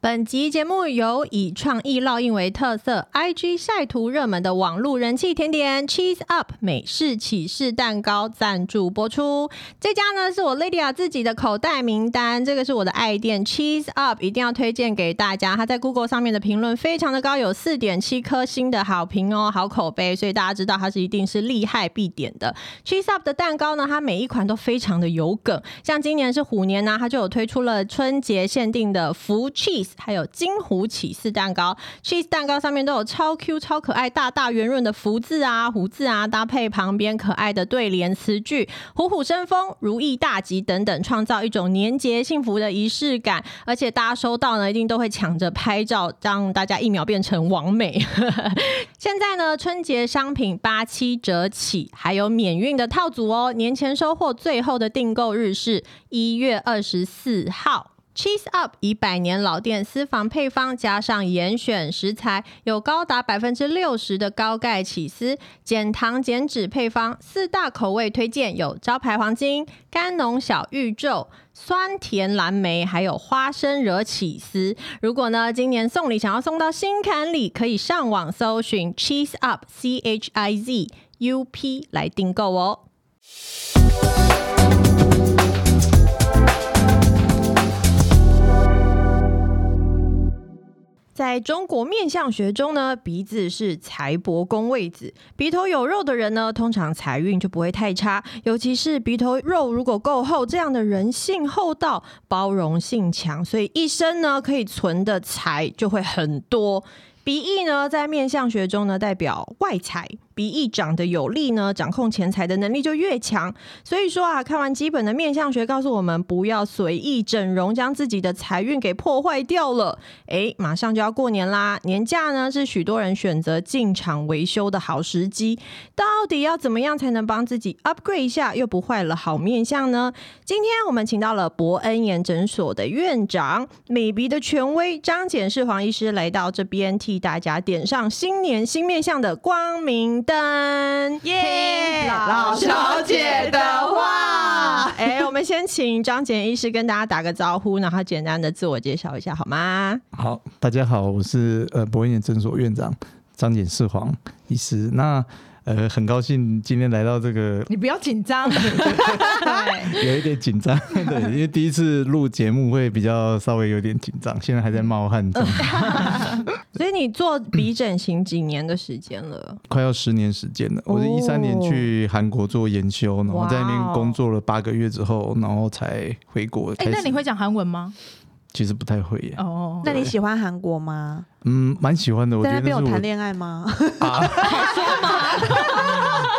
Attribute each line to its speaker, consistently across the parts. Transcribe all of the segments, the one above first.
Speaker 1: 本集节目由以创意烙印为特色，IG 晒图热门的网络人气甜点 Cheese Up 美式起士蛋糕赞助播出。这家呢是我 Lydia 自己的口袋名单，这个是我的爱店 Cheese Up，一定要推荐给大家。它在 Google 上面的评论非常的高，有四点七颗星的好评哦，好口碑，所以大家知道它是一定是厉害必点的。Cheese Up 的蛋糕呢，它每一款都非常的有梗，像今年是虎年呢、它就有推出了春节限定的福 Cheese，还有金虎起司蛋糕。Cheese 蛋糕上面都有超 Q、超可爱、大大圆润的福字啊、虎字啊，搭配旁边可爱的对联词句，虎虎生风、如意大吉等等，创造一种年节幸福的仪式感。而且大家收到呢，一定都会抢着拍照，让大家一秒变成王美。现在呢，春节商品八七折起，还有免运的套组哦。年前收获最后的订购日是一月二十四号。Cheese Up 以百年老店私房配方加上严选食材，有高达百分之六十的高钙起司、减糖减脂配方，四大口味推荐有招牌黄金、甘浓小玉咒、酸甜蓝莓，还有花生惹起司。如果呢，今年送礼想要送到心坎里，可以上网搜寻 Cheese Up C H I Z U P 来订购哦。在中国面相学中呢，鼻子是财帛宫位子，鼻头有肉的人呢，通常财运就不会太差，尤其是鼻头肉如果够厚，这样的人性厚道、包容性强，所以一生呢可以存的财就会很多。鼻翼呢，在面相学中呢，代表外财。鼻翼长得有力呢，掌控钱财的能力就越强。所以说啊，看完基本的面相学，告诉我们不要随意整容，将自己的财运给破坏掉了。诶，马上就要过年啦，年假呢是许多人选择进厂维修的好时机。到底要怎么样才能帮自己 upgrade 一下，又不坏了好面相呢？今天我们请到了伯恩眼诊所的院长、美鼻的权威张简世黄医师来到这边，替大家点上新年新面相的光明灯。
Speaker 2: 耶
Speaker 1: 听
Speaker 2: 老小姐的话
Speaker 1: 哎，我们先请张简医师跟大家打个招呼，然后简单的自我介绍一下好吗？
Speaker 3: 好，大家好，我是呃博恩眼诊所院长张简世煌医师。那呃，很高兴今天来到这个，
Speaker 2: 你不要紧张，
Speaker 3: 有一点紧张， 对，因为第一次录节目会比较稍微有点紧张，现在还在冒汗中，
Speaker 1: 所以你做鼻整形几年的时间了？
Speaker 3: 快要十年时间了。我是
Speaker 1: 哦
Speaker 3: 一三年去韩国做研修，然后在那
Speaker 1: 哇哦
Speaker 3: 边工作了八个月之后，然后才回国。
Speaker 2: 哎、
Speaker 3: 开始
Speaker 2: 那你会讲韩文吗？
Speaker 3: 其实不太会耶，
Speaker 2: 哦，
Speaker 4: 那你喜欢韩国吗？
Speaker 3: 嗯，蛮喜欢的。我觉
Speaker 4: 在那
Speaker 3: 得
Speaker 4: 边
Speaker 3: 那
Speaker 4: 有
Speaker 3: 是我
Speaker 4: 谈恋爱吗？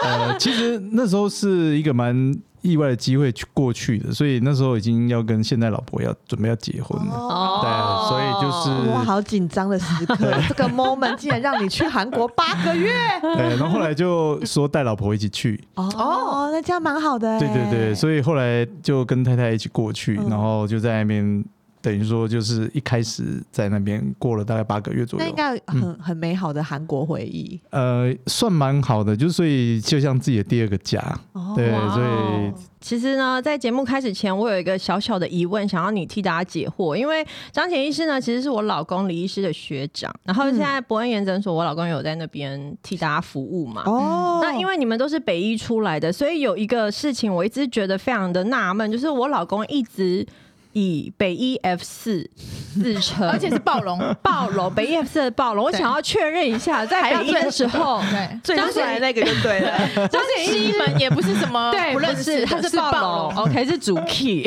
Speaker 3: 呃，其实那时候是一个蛮意外的机会去过去的，所以那时候已经要跟现在老婆要准备要结婚了。
Speaker 1: 哦
Speaker 3: 对，所以就是
Speaker 4: 哇，好紧张的时刻，这个 moment 竟然让你去韩国八个月
Speaker 3: 对，然后后来就说带老婆一起去，
Speaker 4: 哦，那这样蛮好的欸。
Speaker 3: 对对对，所以后来就跟太太一起过去，
Speaker 4: 嗯
Speaker 3: 然后就在那边，等于说就是一开始在那边过了大概八个月左
Speaker 4: 那
Speaker 3: 右
Speaker 4: 应，该很很美好的韩国回忆。
Speaker 3: 呃，算蛮好的，就所以就像自己的第二个家，
Speaker 4: 哦
Speaker 3: 对，
Speaker 1: 哇
Speaker 3: 所以
Speaker 1: 其实呢，在节目开始前，我有一个小小的疑问，想要你替大家解惑。因为张简医师呢，其实是我老公李医师的学长，然后现在伯恩眼诊所，我老公有在那边替大家服务嘛。
Speaker 4: 哦，
Speaker 1: 那因为你们都是北医出来的，所以有一个事情我一直觉得非常的纳闷，就是我老公一直以北医 F 四自称，
Speaker 2: 而且是暴龙，哦
Speaker 1: 暴龙北医 F 四的暴龙，我
Speaker 2: 对
Speaker 1: 想要确认一下，在北医的时 候，
Speaker 2: 对，
Speaker 4: 最
Speaker 1: 张
Speaker 4: 帅的那个就对 了。
Speaker 2: 张西门也不是什么
Speaker 1: 对，
Speaker 2: 不认识的，
Speaker 1: 他是
Speaker 2: 是
Speaker 1: 暴
Speaker 2: 暴
Speaker 1: 龙，OK，是主 key。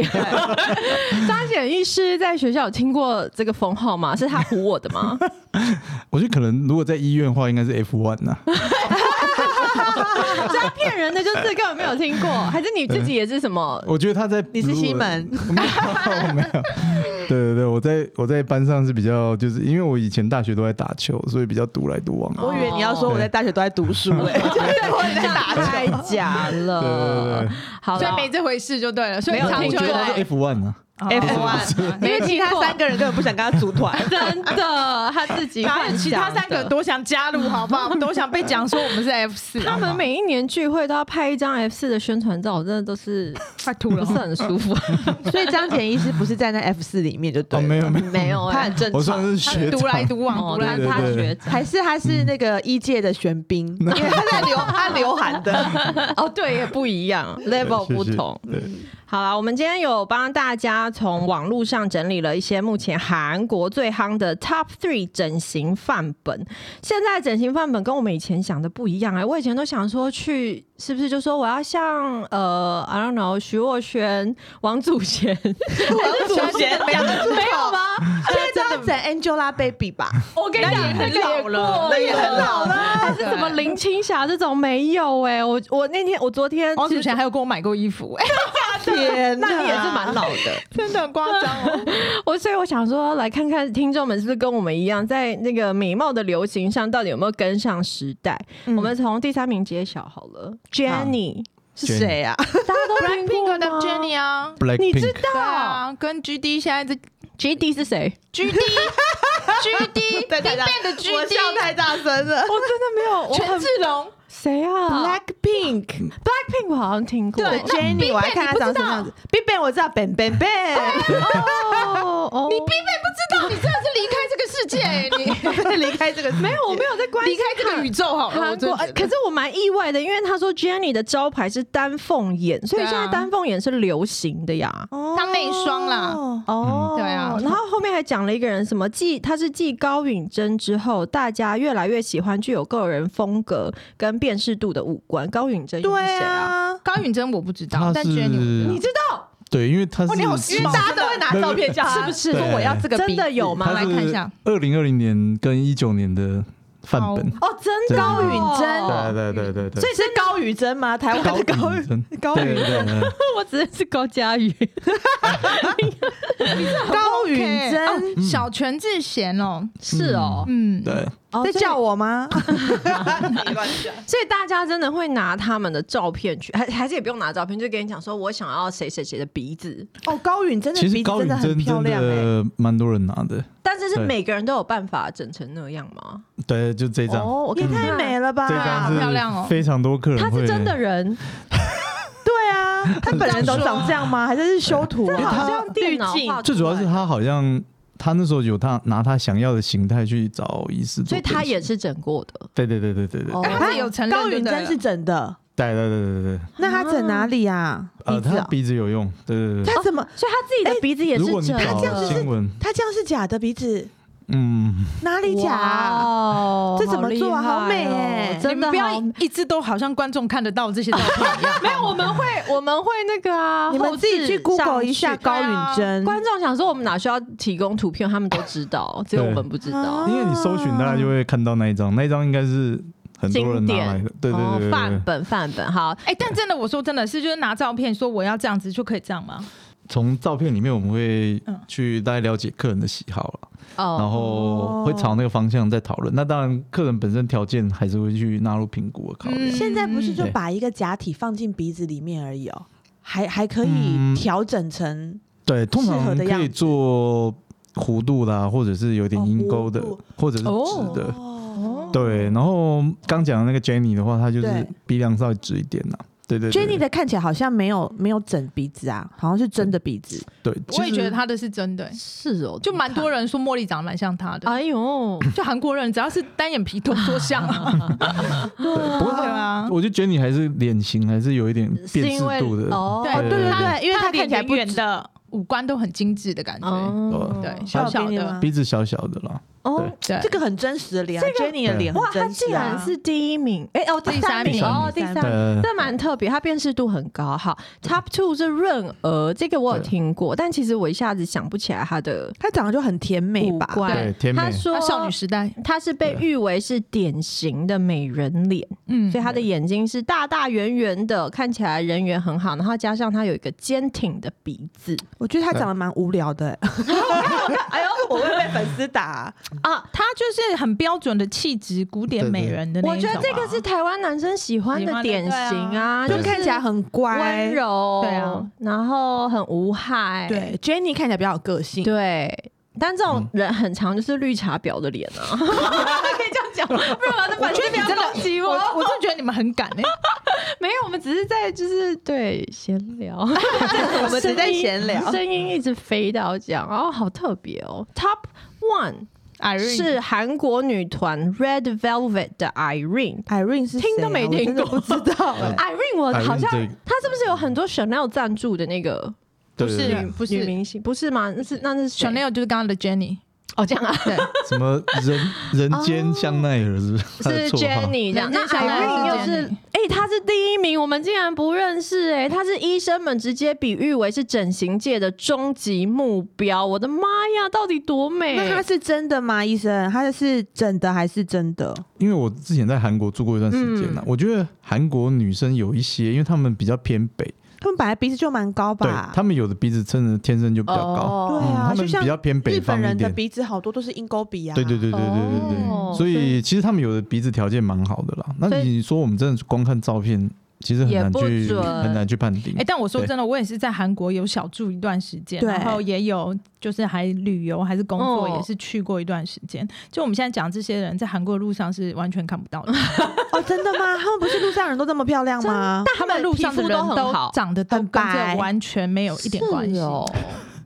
Speaker 1: 张简医师在学校有听过这个封号吗？是他唬我的吗？
Speaker 3: 我觉得可能如果在医院的话，应该是 F one 啊呐、
Speaker 1: 是他骗人的，就是根本没有听过，还是你自己也是什么？
Speaker 3: 我觉得他在
Speaker 4: 你是西门
Speaker 3: 如果 没有没有，对对对，我在我在班上是比较就是因为我以前大学都在打球，所以比较独来独往。啊
Speaker 4: 我以为你要说我在大学都在读书哎，结果你在打
Speaker 1: 太
Speaker 4: 球。
Speaker 1: 假
Speaker 3: 对对
Speaker 1: 了
Speaker 4: 哦
Speaker 3: 对，，
Speaker 1: 好
Speaker 2: 所以
Speaker 1: 了，
Speaker 2: 没这回事就对了，所以
Speaker 1: 没有
Speaker 2: 长
Speaker 1: 听
Speaker 3: 我
Speaker 2: 久哦
Speaker 3: 觉
Speaker 1: 出
Speaker 3: 得
Speaker 1: 来
Speaker 3: 他是 F one 啊，
Speaker 4: F1 因为其他 三个人根本不想跟他组团。
Speaker 1: 真的，他自己
Speaker 2: 哪有
Speaker 1: 幻
Speaker 2: 其他
Speaker 1: 想
Speaker 2: 三个
Speaker 1: 的
Speaker 2: 多想加入，好不好？多想被讲说我们是 F 四，啊
Speaker 1: 他们每一年聚会都要拍一张 F 四的宣传照，我真的都是
Speaker 2: 快吐
Speaker 1: 不
Speaker 2: 了
Speaker 1: 是。很舒服。
Speaker 4: 所以张简医师不是在那 F 四里面就对
Speaker 3: 哦，
Speaker 4: 了，
Speaker 3: 没有没有，
Speaker 1: 没有
Speaker 4: 他
Speaker 1: 哎、
Speaker 4: 很正
Speaker 3: 我算
Speaker 4: 常。
Speaker 3: 是
Speaker 2: 他们
Speaker 3: 学
Speaker 2: 独来
Speaker 3: 长，
Speaker 2: 独往，
Speaker 1: 哦
Speaker 2: 独来
Speaker 1: 对
Speaker 2: 独
Speaker 1: 他
Speaker 2: 往。
Speaker 3: 对对
Speaker 1: 学长
Speaker 4: 还是他是那个一届的玄彬，因为他在流他流汗 的
Speaker 1: 哦，对，也不一样，level
Speaker 3: 是
Speaker 1: 不
Speaker 3: 是
Speaker 1: 同。
Speaker 3: 对，
Speaker 4: 嗯
Speaker 1: 好啦，我们今天有帮大家从网络上整理了一些目前韩国最夯的 Top Three 整形范本。现在整形范本跟我们以前想的不一样哎、我以前都想说去是不是就说我要像呃 I don't know 徐若瑄、王祖贤，
Speaker 4: 王祖贤两个出
Speaker 1: 没有
Speaker 4: 口，
Speaker 1: 吗？
Speaker 4: 现在都要整 Angelababy 吧？
Speaker 1: 我跟你讲，
Speaker 2: 那也
Speaker 1: 个
Speaker 2: 很老了
Speaker 1: 那
Speaker 4: 那也很老了
Speaker 1: 还是什么林青霞这种没有哎、我我那天我昨天
Speaker 2: 王祖贤还有给我买过衣服，哎，
Speaker 4: 天哪，
Speaker 1: 那你也是蛮老的。
Speaker 2: 真的很夸张哦。
Speaker 1: 我所以我想说，来看看听众们是不是跟我们一样，在那个美貌的流行上，到底有没有跟上时代？
Speaker 4: 嗯
Speaker 1: 我们从第三名揭晓好了，Jenny，
Speaker 4: 是谁啊？
Speaker 1: 大家都听过
Speaker 2: Blackpink 的
Speaker 1: 吗
Speaker 2: Jennie 啊，
Speaker 3: Black
Speaker 1: 你知
Speaker 3: Pink，
Speaker 2: 对
Speaker 1: 道
Speaker 2: 啊，跟 GD 现在这
Speaker 1: GD 是谁？
Speaker 2: GD GD
Speaker 4: 对
Speaker 2: Big
Speaker 4: 对对
Speaker 2: Bang 的
Speaker 4: 我笑
Speaker 2: GD
Speaker 4: 太大声 了。
Speaker 1: 我真的没有，我
Speaker 2: 权
Speaker 1: 很
Speaker 2: 志龙，
Speaker 1: 谁啊
Speaker 4: Blackpink，
Speaker 3: 嗯
Speaker 1: ？Blackpink 我好像听过，
Speaker 4: 对 Jennie，我还看她长什么样子。Big Bang 我知道，Ben Ben Ben，
Speaker 1: 哦 哦，
Speaker 2: 你 Big Bang 不知道，你真的是离开这个世界哎，你
Speaker 4: 离开这个没
Speaker 1: 没有，我没有在关
Speaker 2: 离
Speaker 1: 心
Speaker 2: 开这个宇宙好了。我
Speaker 1: 韩
Speaker 2: 哦真
Speaker 1: 国，呃
Speaker 2: 的觉得
Speaker 1: 可是我蛮意外的，因为他说 Jenny 的招牌是丹凤眼，所以
Speaker 2: 对啊
Speaker 1: 现在丹凤眼是流行的呀。
Speaker 4: 有
Speaker 2: 她内双啦
Speaker 1: 哦、
Speaker 2: 对啊
Speaker 1: 然后后面还讲了一个人，什么继他是继高允贞之后，大家越来越喜欢具有个人风格跟辨识度的五官。高允贞又是
Speaker 4: 对
Speaker 1: 谁啊？
Speaker 4: 啊，
Speaker 2: 呃高允贞我不知道，
Speaker 3: 他
Speaker 2: 但
Speaker 3: 是
Speaker 2: Jennie 我知道
Speaker 1: 知道
Speaker 3: 对，因为他
Speaker 4: 哦
Speaker 3: 是
Speaker 2: 哇你好时
Speaker 4: 因为大家都会拿照片叫他，
Speaker 2: 是不是
Speaker 4: 说我要这个
Speaker 1: 真
Speaker 4: 鼻子
Speaker 1: 的有吗？
Speaker 2: 我来看一下
Speaker 3: 二零二零年跟一九年的范本，
Speaker 1: 哦，真的
Speaker 3: 真
Speaker 1: 哦
Speaker 3: 的高
Speaker 4: 允贞
Speaker 3: 对对对对对，
Speaker 4: 所以是高宇真吗？台湾的高宇
Speaker 3: 真
Speaker 4: 高
Speaker 3: 对
Speaker 4: 宇
Speaker 3: 对对对，
Speaker 2: 哦
Speaker 1: 我指的是高佳宇，
Speaker 4: 高允真
Speaker 2: 哦小全智贤哦，
Speaker 1: 是哦，
Speaker 2: 嗯，
Speaker 3: 对，
Speaker 1: 哦
Speaker 4: 在
Speaker 1: 所以
Speaker 4: 叫我吗？你乱讲
Speaker 1: 所以大家真的会拿他们的照片去，还还是也不用拿照片，就跟你讲说我想要谁谁谁的鼻子，
Speaker 4: 哦，高允真 的
Speaker 3: 其
Speaker 4: 鼻
Speaker 3: 实
Speaker 4: 子
Speaker 3: 高
Speaker 4: 真
Speaker 3: 允
Speaker 4: 的很
Speaker 3: 真
Speaker 4: 漂
Speaker 3: 真
Speaker 4: 亮哎。
Speaker 3: 的蛮多人拿的，
Speaker 1: 但是是
Speaker 3: 对
Speaker 1: 每个人都有办法整成那样吗？
Speaker 3: 对，就这张，
Speaker 1: 哦，我
Speaker 4: 也
Speaker 2: 嗯
Speaker 1: 看
Speaker 4: 太
Speaker 1: 看，
Speaker 4: 美了吧！
Speaker 3: 这
Speaker 1: 啊
Speaker 2: 好漂亮哦
Speaker 3: 张是非常多客人
Speaker 1: 他
Speaker 3: 会
Speaker 1: 是真的 人，
Speaker 4: 对啊，他本人都长这样吗？还是是修图
Speaker 1: 这
Speaker 4: 啊？
Speaker 1: 好像电脑
Speaker 4: 滤镜
Speaker 1: 画出
Speaker 3: 最主要
Speaker 1: 来
Speaker 3: 是他好像他那时候有他拿他想要的形态去找医师做
Speaker 1: 所以
Speaker 3: 辨识，
Speaker 1: 他也是整过的。
Speaker 3: 对对对对对对，
Speaker 1: 哦
Speaker 3: 对
Speaker 2: 哎他是有承认
Speaker 4: 高允
Speaker 2: 就对
Speaker 4: 真
Speaker 2: 了
Speaker 4: 是整的，
Speaker 3: 对对对对对，
Speaker 4: 那他整哪里啊？
Speaker 3: 呃，
Speaker 4: 鼻子
Speaker 3: 他
Speaker 4: 啊？
Speaker 3: 鼻子有用，对对对
Speaker 4: 他怎么？
Speaker 1: 所以他自己的鼻子也
Speaker 3: 对，
Speaker 1: 是
Speaker 3: 哎如果你
Speaker 1: 整
Speaker 4: 这样
Speaker 3: 找
Speaker 4: 子是
Speaker 1: 的，
Speaker 3: 新闻，
Speaker 4: 他这样是假的鼻子，
Speaker 3: 嗯，
Speaker 4: 哪里假啊？
Speaker 1: 哦
Speaker 4: 这怎么做啊好美
Speaker 1: 哎
Speaker 4: 耶，
Speaker 1: 真
Speaker 2: 你
Speaker 1: 的
Speaker 2: 们不要
Speaker 1: 好美
Speaker 2: 一直都好像观众看得到这些照 片一样。
Speaker 1: 没有，我们 会我们会那个啊，
Speaker 4: 你们自己去 Google 一下
Speaker 1: 后置上
Speaker 4: 高
Speaker 1: 去
Speaker 4: 允
Speaker 1: 对啊。
Speaker 4: 真
Speaker 1: 观众想说我们哪需要提供图片，他们都知 道，只有我们不知道
Speaker 4: 啊。
Speaker 3: 因为你搜寻大家就会看到那一张，那一张应该是很多人拿来
Speaker 1: 经
Speaker 3: 的， 对对
Speaker 1: 哦
Speaker 3: 对对对
Speaker 1: 范
Speaker 3: 对，
Speaker 1: 本范本好，
Speaker 2: 哎、但真的，我说真的是，就是拿照片说我要这样子就可以这样吗？
Speaker 3: 从照片里面我们会
Speaker 2: 嗯
Speaker 3: 去大概了解客人的喜好了，然
Speaker 1: 哦，
Speaker 3: 后会朝那个方向再讨论。那当然，客人本身条件还是会去纳入评估和考
Speaker 2: 嗯
Speaker 3: 量。
Speaker 4: 现在不是就
Speaker 3: 对
Speaker 4: 把一个假体放进鼻子里面而已哦，还还可以
Speaker 3: 嗯
Speaker 4: 调整成
Speaker 3: 对，通
Speaker 4: 适合
Speaker 3: 常
Speaker 4: 的
Speaker 3: 可
Speaker 4: 样子
Speaker 3: 以做弧度啦，或者是有点阴沟的
Speaker 4: 哦弧度，
Speaker 3: 或者是直的。
Speaker 4: 哦。
Speaker 3: 对，然后刚讲的那个 Jenny 的话，她就是
Speaker 4: 对
Speaker 3: 鼻梁稍微直一点啦。啊对对对
Speaker 4: Jenny 的看起来好像没有没有整鼻子啊，好像是真的鼻子。
Speaker 3: 对，
Speaker 2: 我也
Speaker 3: 其实
Speaker 2: 觉得他的是真的、欸
Speaker 1: 是哦，
Speaker 2: 就蛮多人说茉莉长得蛮像他的，
Speaker 1: 哎呦，
Speaker 2: 就韩国人只要是单眼皮都说像啊，
Speaker 4: 对
Speaker 3: 对，不过
Speaker 2: 对
Speaker 3: 她
Speaker 2: 啊，
Speaker 3: 我就觉得你还是脸型还是有一点
Speaker 1: 是
Speaker 3: 辨
Speaker 1: 因
Speaker 3: 识
Speaker 1: 为
Speaker 3: 度的。
Speaker 1: 哦，
Speaker 2: 对
Speaker 4: 对对
Speaker 3: 对
Speaker 4: 对，因为他看
Speaker 2: 脸
Speaker 4: 起来
Speaker 2: 圆
Speaker 4: 不
Speaker 2: 圆的，五官都很精致的感觉，
Speaker 1: 哦，
Speaker 2: 对，
Speaker 4: 他
Speaker 2: 小
Speaker 4: 有
Speaker 2: 小
Speaker 4: 给你吗
Speaker 2: 的，
Speaker 3: 鼻子小小的啦，
Speaker 1: 哦
Speaker 3: 对，
Speaker 2: 对，
Speaker 4: 这个很真实的脸啊，Jenny 的脸
Speaker 1: 哇，
Speaker 4: 很
Speaker 1: 他
Speaker 4: 真
Speaker 1: 竟
Speaker 4: 实
Speaker 1: 然
Speaker 4: 啊。
Speaker 1: 是第一名，哎、哦，第三
Speaker 2: 第
Speaker 1: 名，
Speaker 3: 三名
Speaker 1: 哦，第三
Speaker 2: 第
Speaker 1: 名
Speaker 2: 三
Speaker 3: 名对 对对
Speaker 1: 这蛮特别，它辨识度很高。好，Top Two 是润儿，这个我有
Speaker 3: 对
Speaker 1: 听过，但其实我一下子想不起来他的
Speaker 4: 她长得就很甜美
Speaker 1: 五
Speaker 4: 吧？
Speaker 1: 官。
Speaker 3: 对甜美
Speaker 1: 他说
Speaker 2: 她啊少女时代，
Speaker 1: 她是被誉为是典型的美人脸，
Speaker 2: 嗯
Speaker 1: 所，
Speaker 4: 啊
Speaker 1: 以她的眼睛是大大圆圆的，看起来人缘很好，然后加上她有一个坚挺的鼻子，
Speaker 4: 我觉得她长得蛮无聊的欸。
Speaker 1: 哎呦，我会被
Speaker 4: 粉丝打？
Speaker 1: 啊！
Speaker 2: 她就是很标准的气质古典美人的那
Speaker 1: 我
Speaker 2: 一
Speaker 1: 觉
Speaker 2: 种啊、
Speaker 1: 得这个是台湾男生喜欢的典型啊，
Speaker 4: 就是看起来很乖，
Speaker 1: 温。柔，
Speaker 2: 对啊，
Speaker 1: 然后很无害，
Speaker 4: 对，Jenny 看起来比较有个性，
Speaker 1: 对。但这种人很常就是绿茶婊的脸啊，可以这样讲吗，不然我的
Speaker 2: 我
Speaker 1: 粉
Speaker 2: 觉
Speaker 1: 丝
Speaker 2: 得
Speaker 1: 不
Speaker 2: 你
Speaker 1: 要
Speaker 2: 真
Speaker 1: 攻击
Speaker 2: 的，
Speaker 1: 我。
Speaker 2: 我我真的觉得你们很敢哎、
Speaker 1: 哦没有，我们只是在就是对闲聊，我
Speaker 4: 我们只是在闲聊
Speaker 1: 声音一直飞到这样，哦，好特别哦。Top one
Speaker 2: 欸。Irene
Speaker 1: 是韩国女团 Red Velvet 的 Irene。
Speaker 4: Irene 是谁啊
Speaker 1: 听都没听过
Speaker 4: 我真的不知道 哎、
Speaker 1: Irene，我好像
Speaker 3: Irene 这个
Speaker 1: 她是不是有很多 Chanel 赞助的那个
Speaker 3: 对
Speaker 2: 不是
Speaker 3: 对对
Speaker 2: 不
Speaker 1: 女
Speaker 2: 是
Speaker 1: 明星？不是吗？那是那是谁
Speaker 2: Chanel 就是刚刚的 Jenny，
Speaker 1: 哦，这样啊，
Speaker 2: 对，
Speaker 3: 什么人 人间香奈儿是不是？他的
Speaker 1: 是
Speaker 3: 绰号
Speaker 1: Jenny 这样。
Speaker 2: 人
Speaker 1: 那
Speaker 2: 家想来
Speaker 1: Irene 又
Speaker 2: 是
Speaker 1: 是
Speaker 2: Jenny，
Speaker 1: 哎，她是第一名，我们竟然不认识哎，她是医生们直接比喻为是整形界的终极目标。我的妈呀，到底多美？
Speaker 4: 那他是真的吗？医生，他是整的还是真的？
Speaker 3: 因为我之前在韩国住过一段时间啊呢、我觉得韩国女生有一些，因为她们比较偏北，
Speaker 4: 他们本来鼻子就蛮高
Speaker 3: 对
Speaker 4: 吧？
Speaker 3: 她们有的鼻子真的天生就比较高，
Speaker 4: 对
Speaker 1: 哦
Speaker 3: 嗯
Speaker 4: 啊，
Speaker 3: 她们
Speaker 4: 就像
Speaker 3: 比较偏北
Speaker 4: 日
Speaker 3: 方
Speaker 4: 本
Speaker 3: 一
Speaker 4: 人的
Speaker 3: 点。
Speaker 4: 鼻子好多都是鹰钩鼻啊。
Speaker 3: 对对对对对对对
Speaker 1: 哦
Speaker 3: 所以其实她们有的鼻子条件蛮好的啦。那
Speaker 1: 所以
Speaker 3: 你说我们真的光看照片，其实很
Speaker 1: 也
Speaker 3: 难
Speaker 1: 不
Speaker 3: 去
Speaker 1: 准
Speaker 3: 很难去判定
Speaker 2: 哎、。但我说
Speaker 3: 对
Speaker 2: 真的，我也是在韩国有小住一段时间，
Speaker 4: 对
Speaker 2: 然后也有就是还旅游还是工作
Speaker 1: 哦
Speaker 2: 也是去过一段时间。就我们现在讲这些人在韩国的路上是完全看不到
Speaker 1: 嗯
Speaker 2: 的，
Speaker 4: 哦，真的吗？他们不是路上人都这么漂亮吗？
Speaker 1: 他
Speaker 2: 他
Speaker 1: 们
Speaker 2: 们路上的
Speaker 1: 皮肤
Speaker 2: 人
Speaker 1: 都很好
Speaker 2: 长得都
Speaker 4: 很
Speaker 2: 跟
Speaker 4: 白
Speaker 2: 这完全没有一点关系。
Speaker 1: 是哦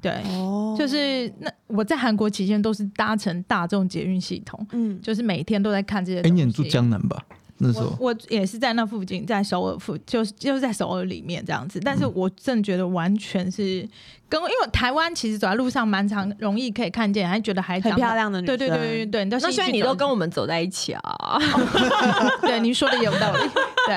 Speaker 2: 对，
Speaker 4: 哦
Speaker 2: 就是那我在韩国期间都是搭乘大众捷运系统，
Speaker 4: 嗯，
Speaker 2: 就是每天都在看这些
Speaker 3: 哎，
Speaker 2: 东西。
Speaker 3: 你也住江南吧？那时
Speaker 2: 我
Speaker 3: 候
Speaker 2: 我也是在那附近，在首尔附，就是就是在首尔里面这样子。但是我真的觉得完全是跟，因为台湾其实走在路上蛮常容易可以看见，还觉得还
Speaker 4: 很
Speaker 2: 长得
Speaker 4: 漂。亮的女
Speaker 2: 对
Speaker 4: 生，
Speaker 2: 对对对对，你到
Speaker 1: 那所以你都跟
Speaker 2: 我
Speaker 1: 我们走在一起啊？
Speaker 2: 对你说的有道理。对，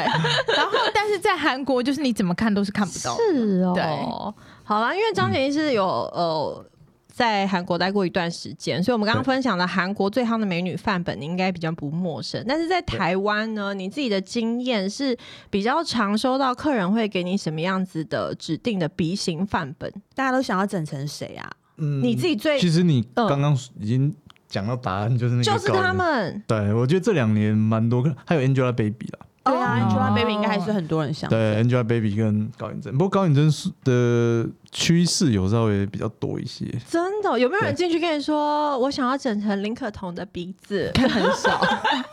Speaker 2: 然后但是在韩国就是你怎么看都是看不到。
Speaker 1: 是
Speaker 2: 对
Speaker 1: 哦，好啦，因为张贤是有、呃。在韩国待过一段时间，所以我们刚刚
Speaker 3: 对
Speaker 1: 分享了韩国最夯的美女范本，你应该比较不陌生。但是在台湾呢，你自己的经验是比较常收到客人会给你什么样子的指定的鼻型范本？
Speaker 4: 大家都想要整成谁啊？
Speaker 3: 嗯
Speaker 1: 你自己最
Speaker 3: 其实你
Speaker 1: 嗯
Speaker 3: 刚刚已经讲到答案，就是那个
Speaker 1: 就是
Speaker 3: 高
Speaker 1: 他
Speaker 3: 人
Speaker 1: 们
Speaker 3: 对，我觉得这两年蛮多个，还有 Angelababy 啦，
Speaker 4: 对啊
Speaker 1: 哦
Speaker 4: ，Angelababy 应该还是很多人想。
Speaker 3: 对，Angelababy 跟高允贞，不过高允贞是的趋势有稍微比较多一些，
Speaker 1: 真的有没有人
Speaker 3: 对
Speaker 1: 进去跟你说我想要整成林可彤的鼻子？
Speaker 4: 很少，哎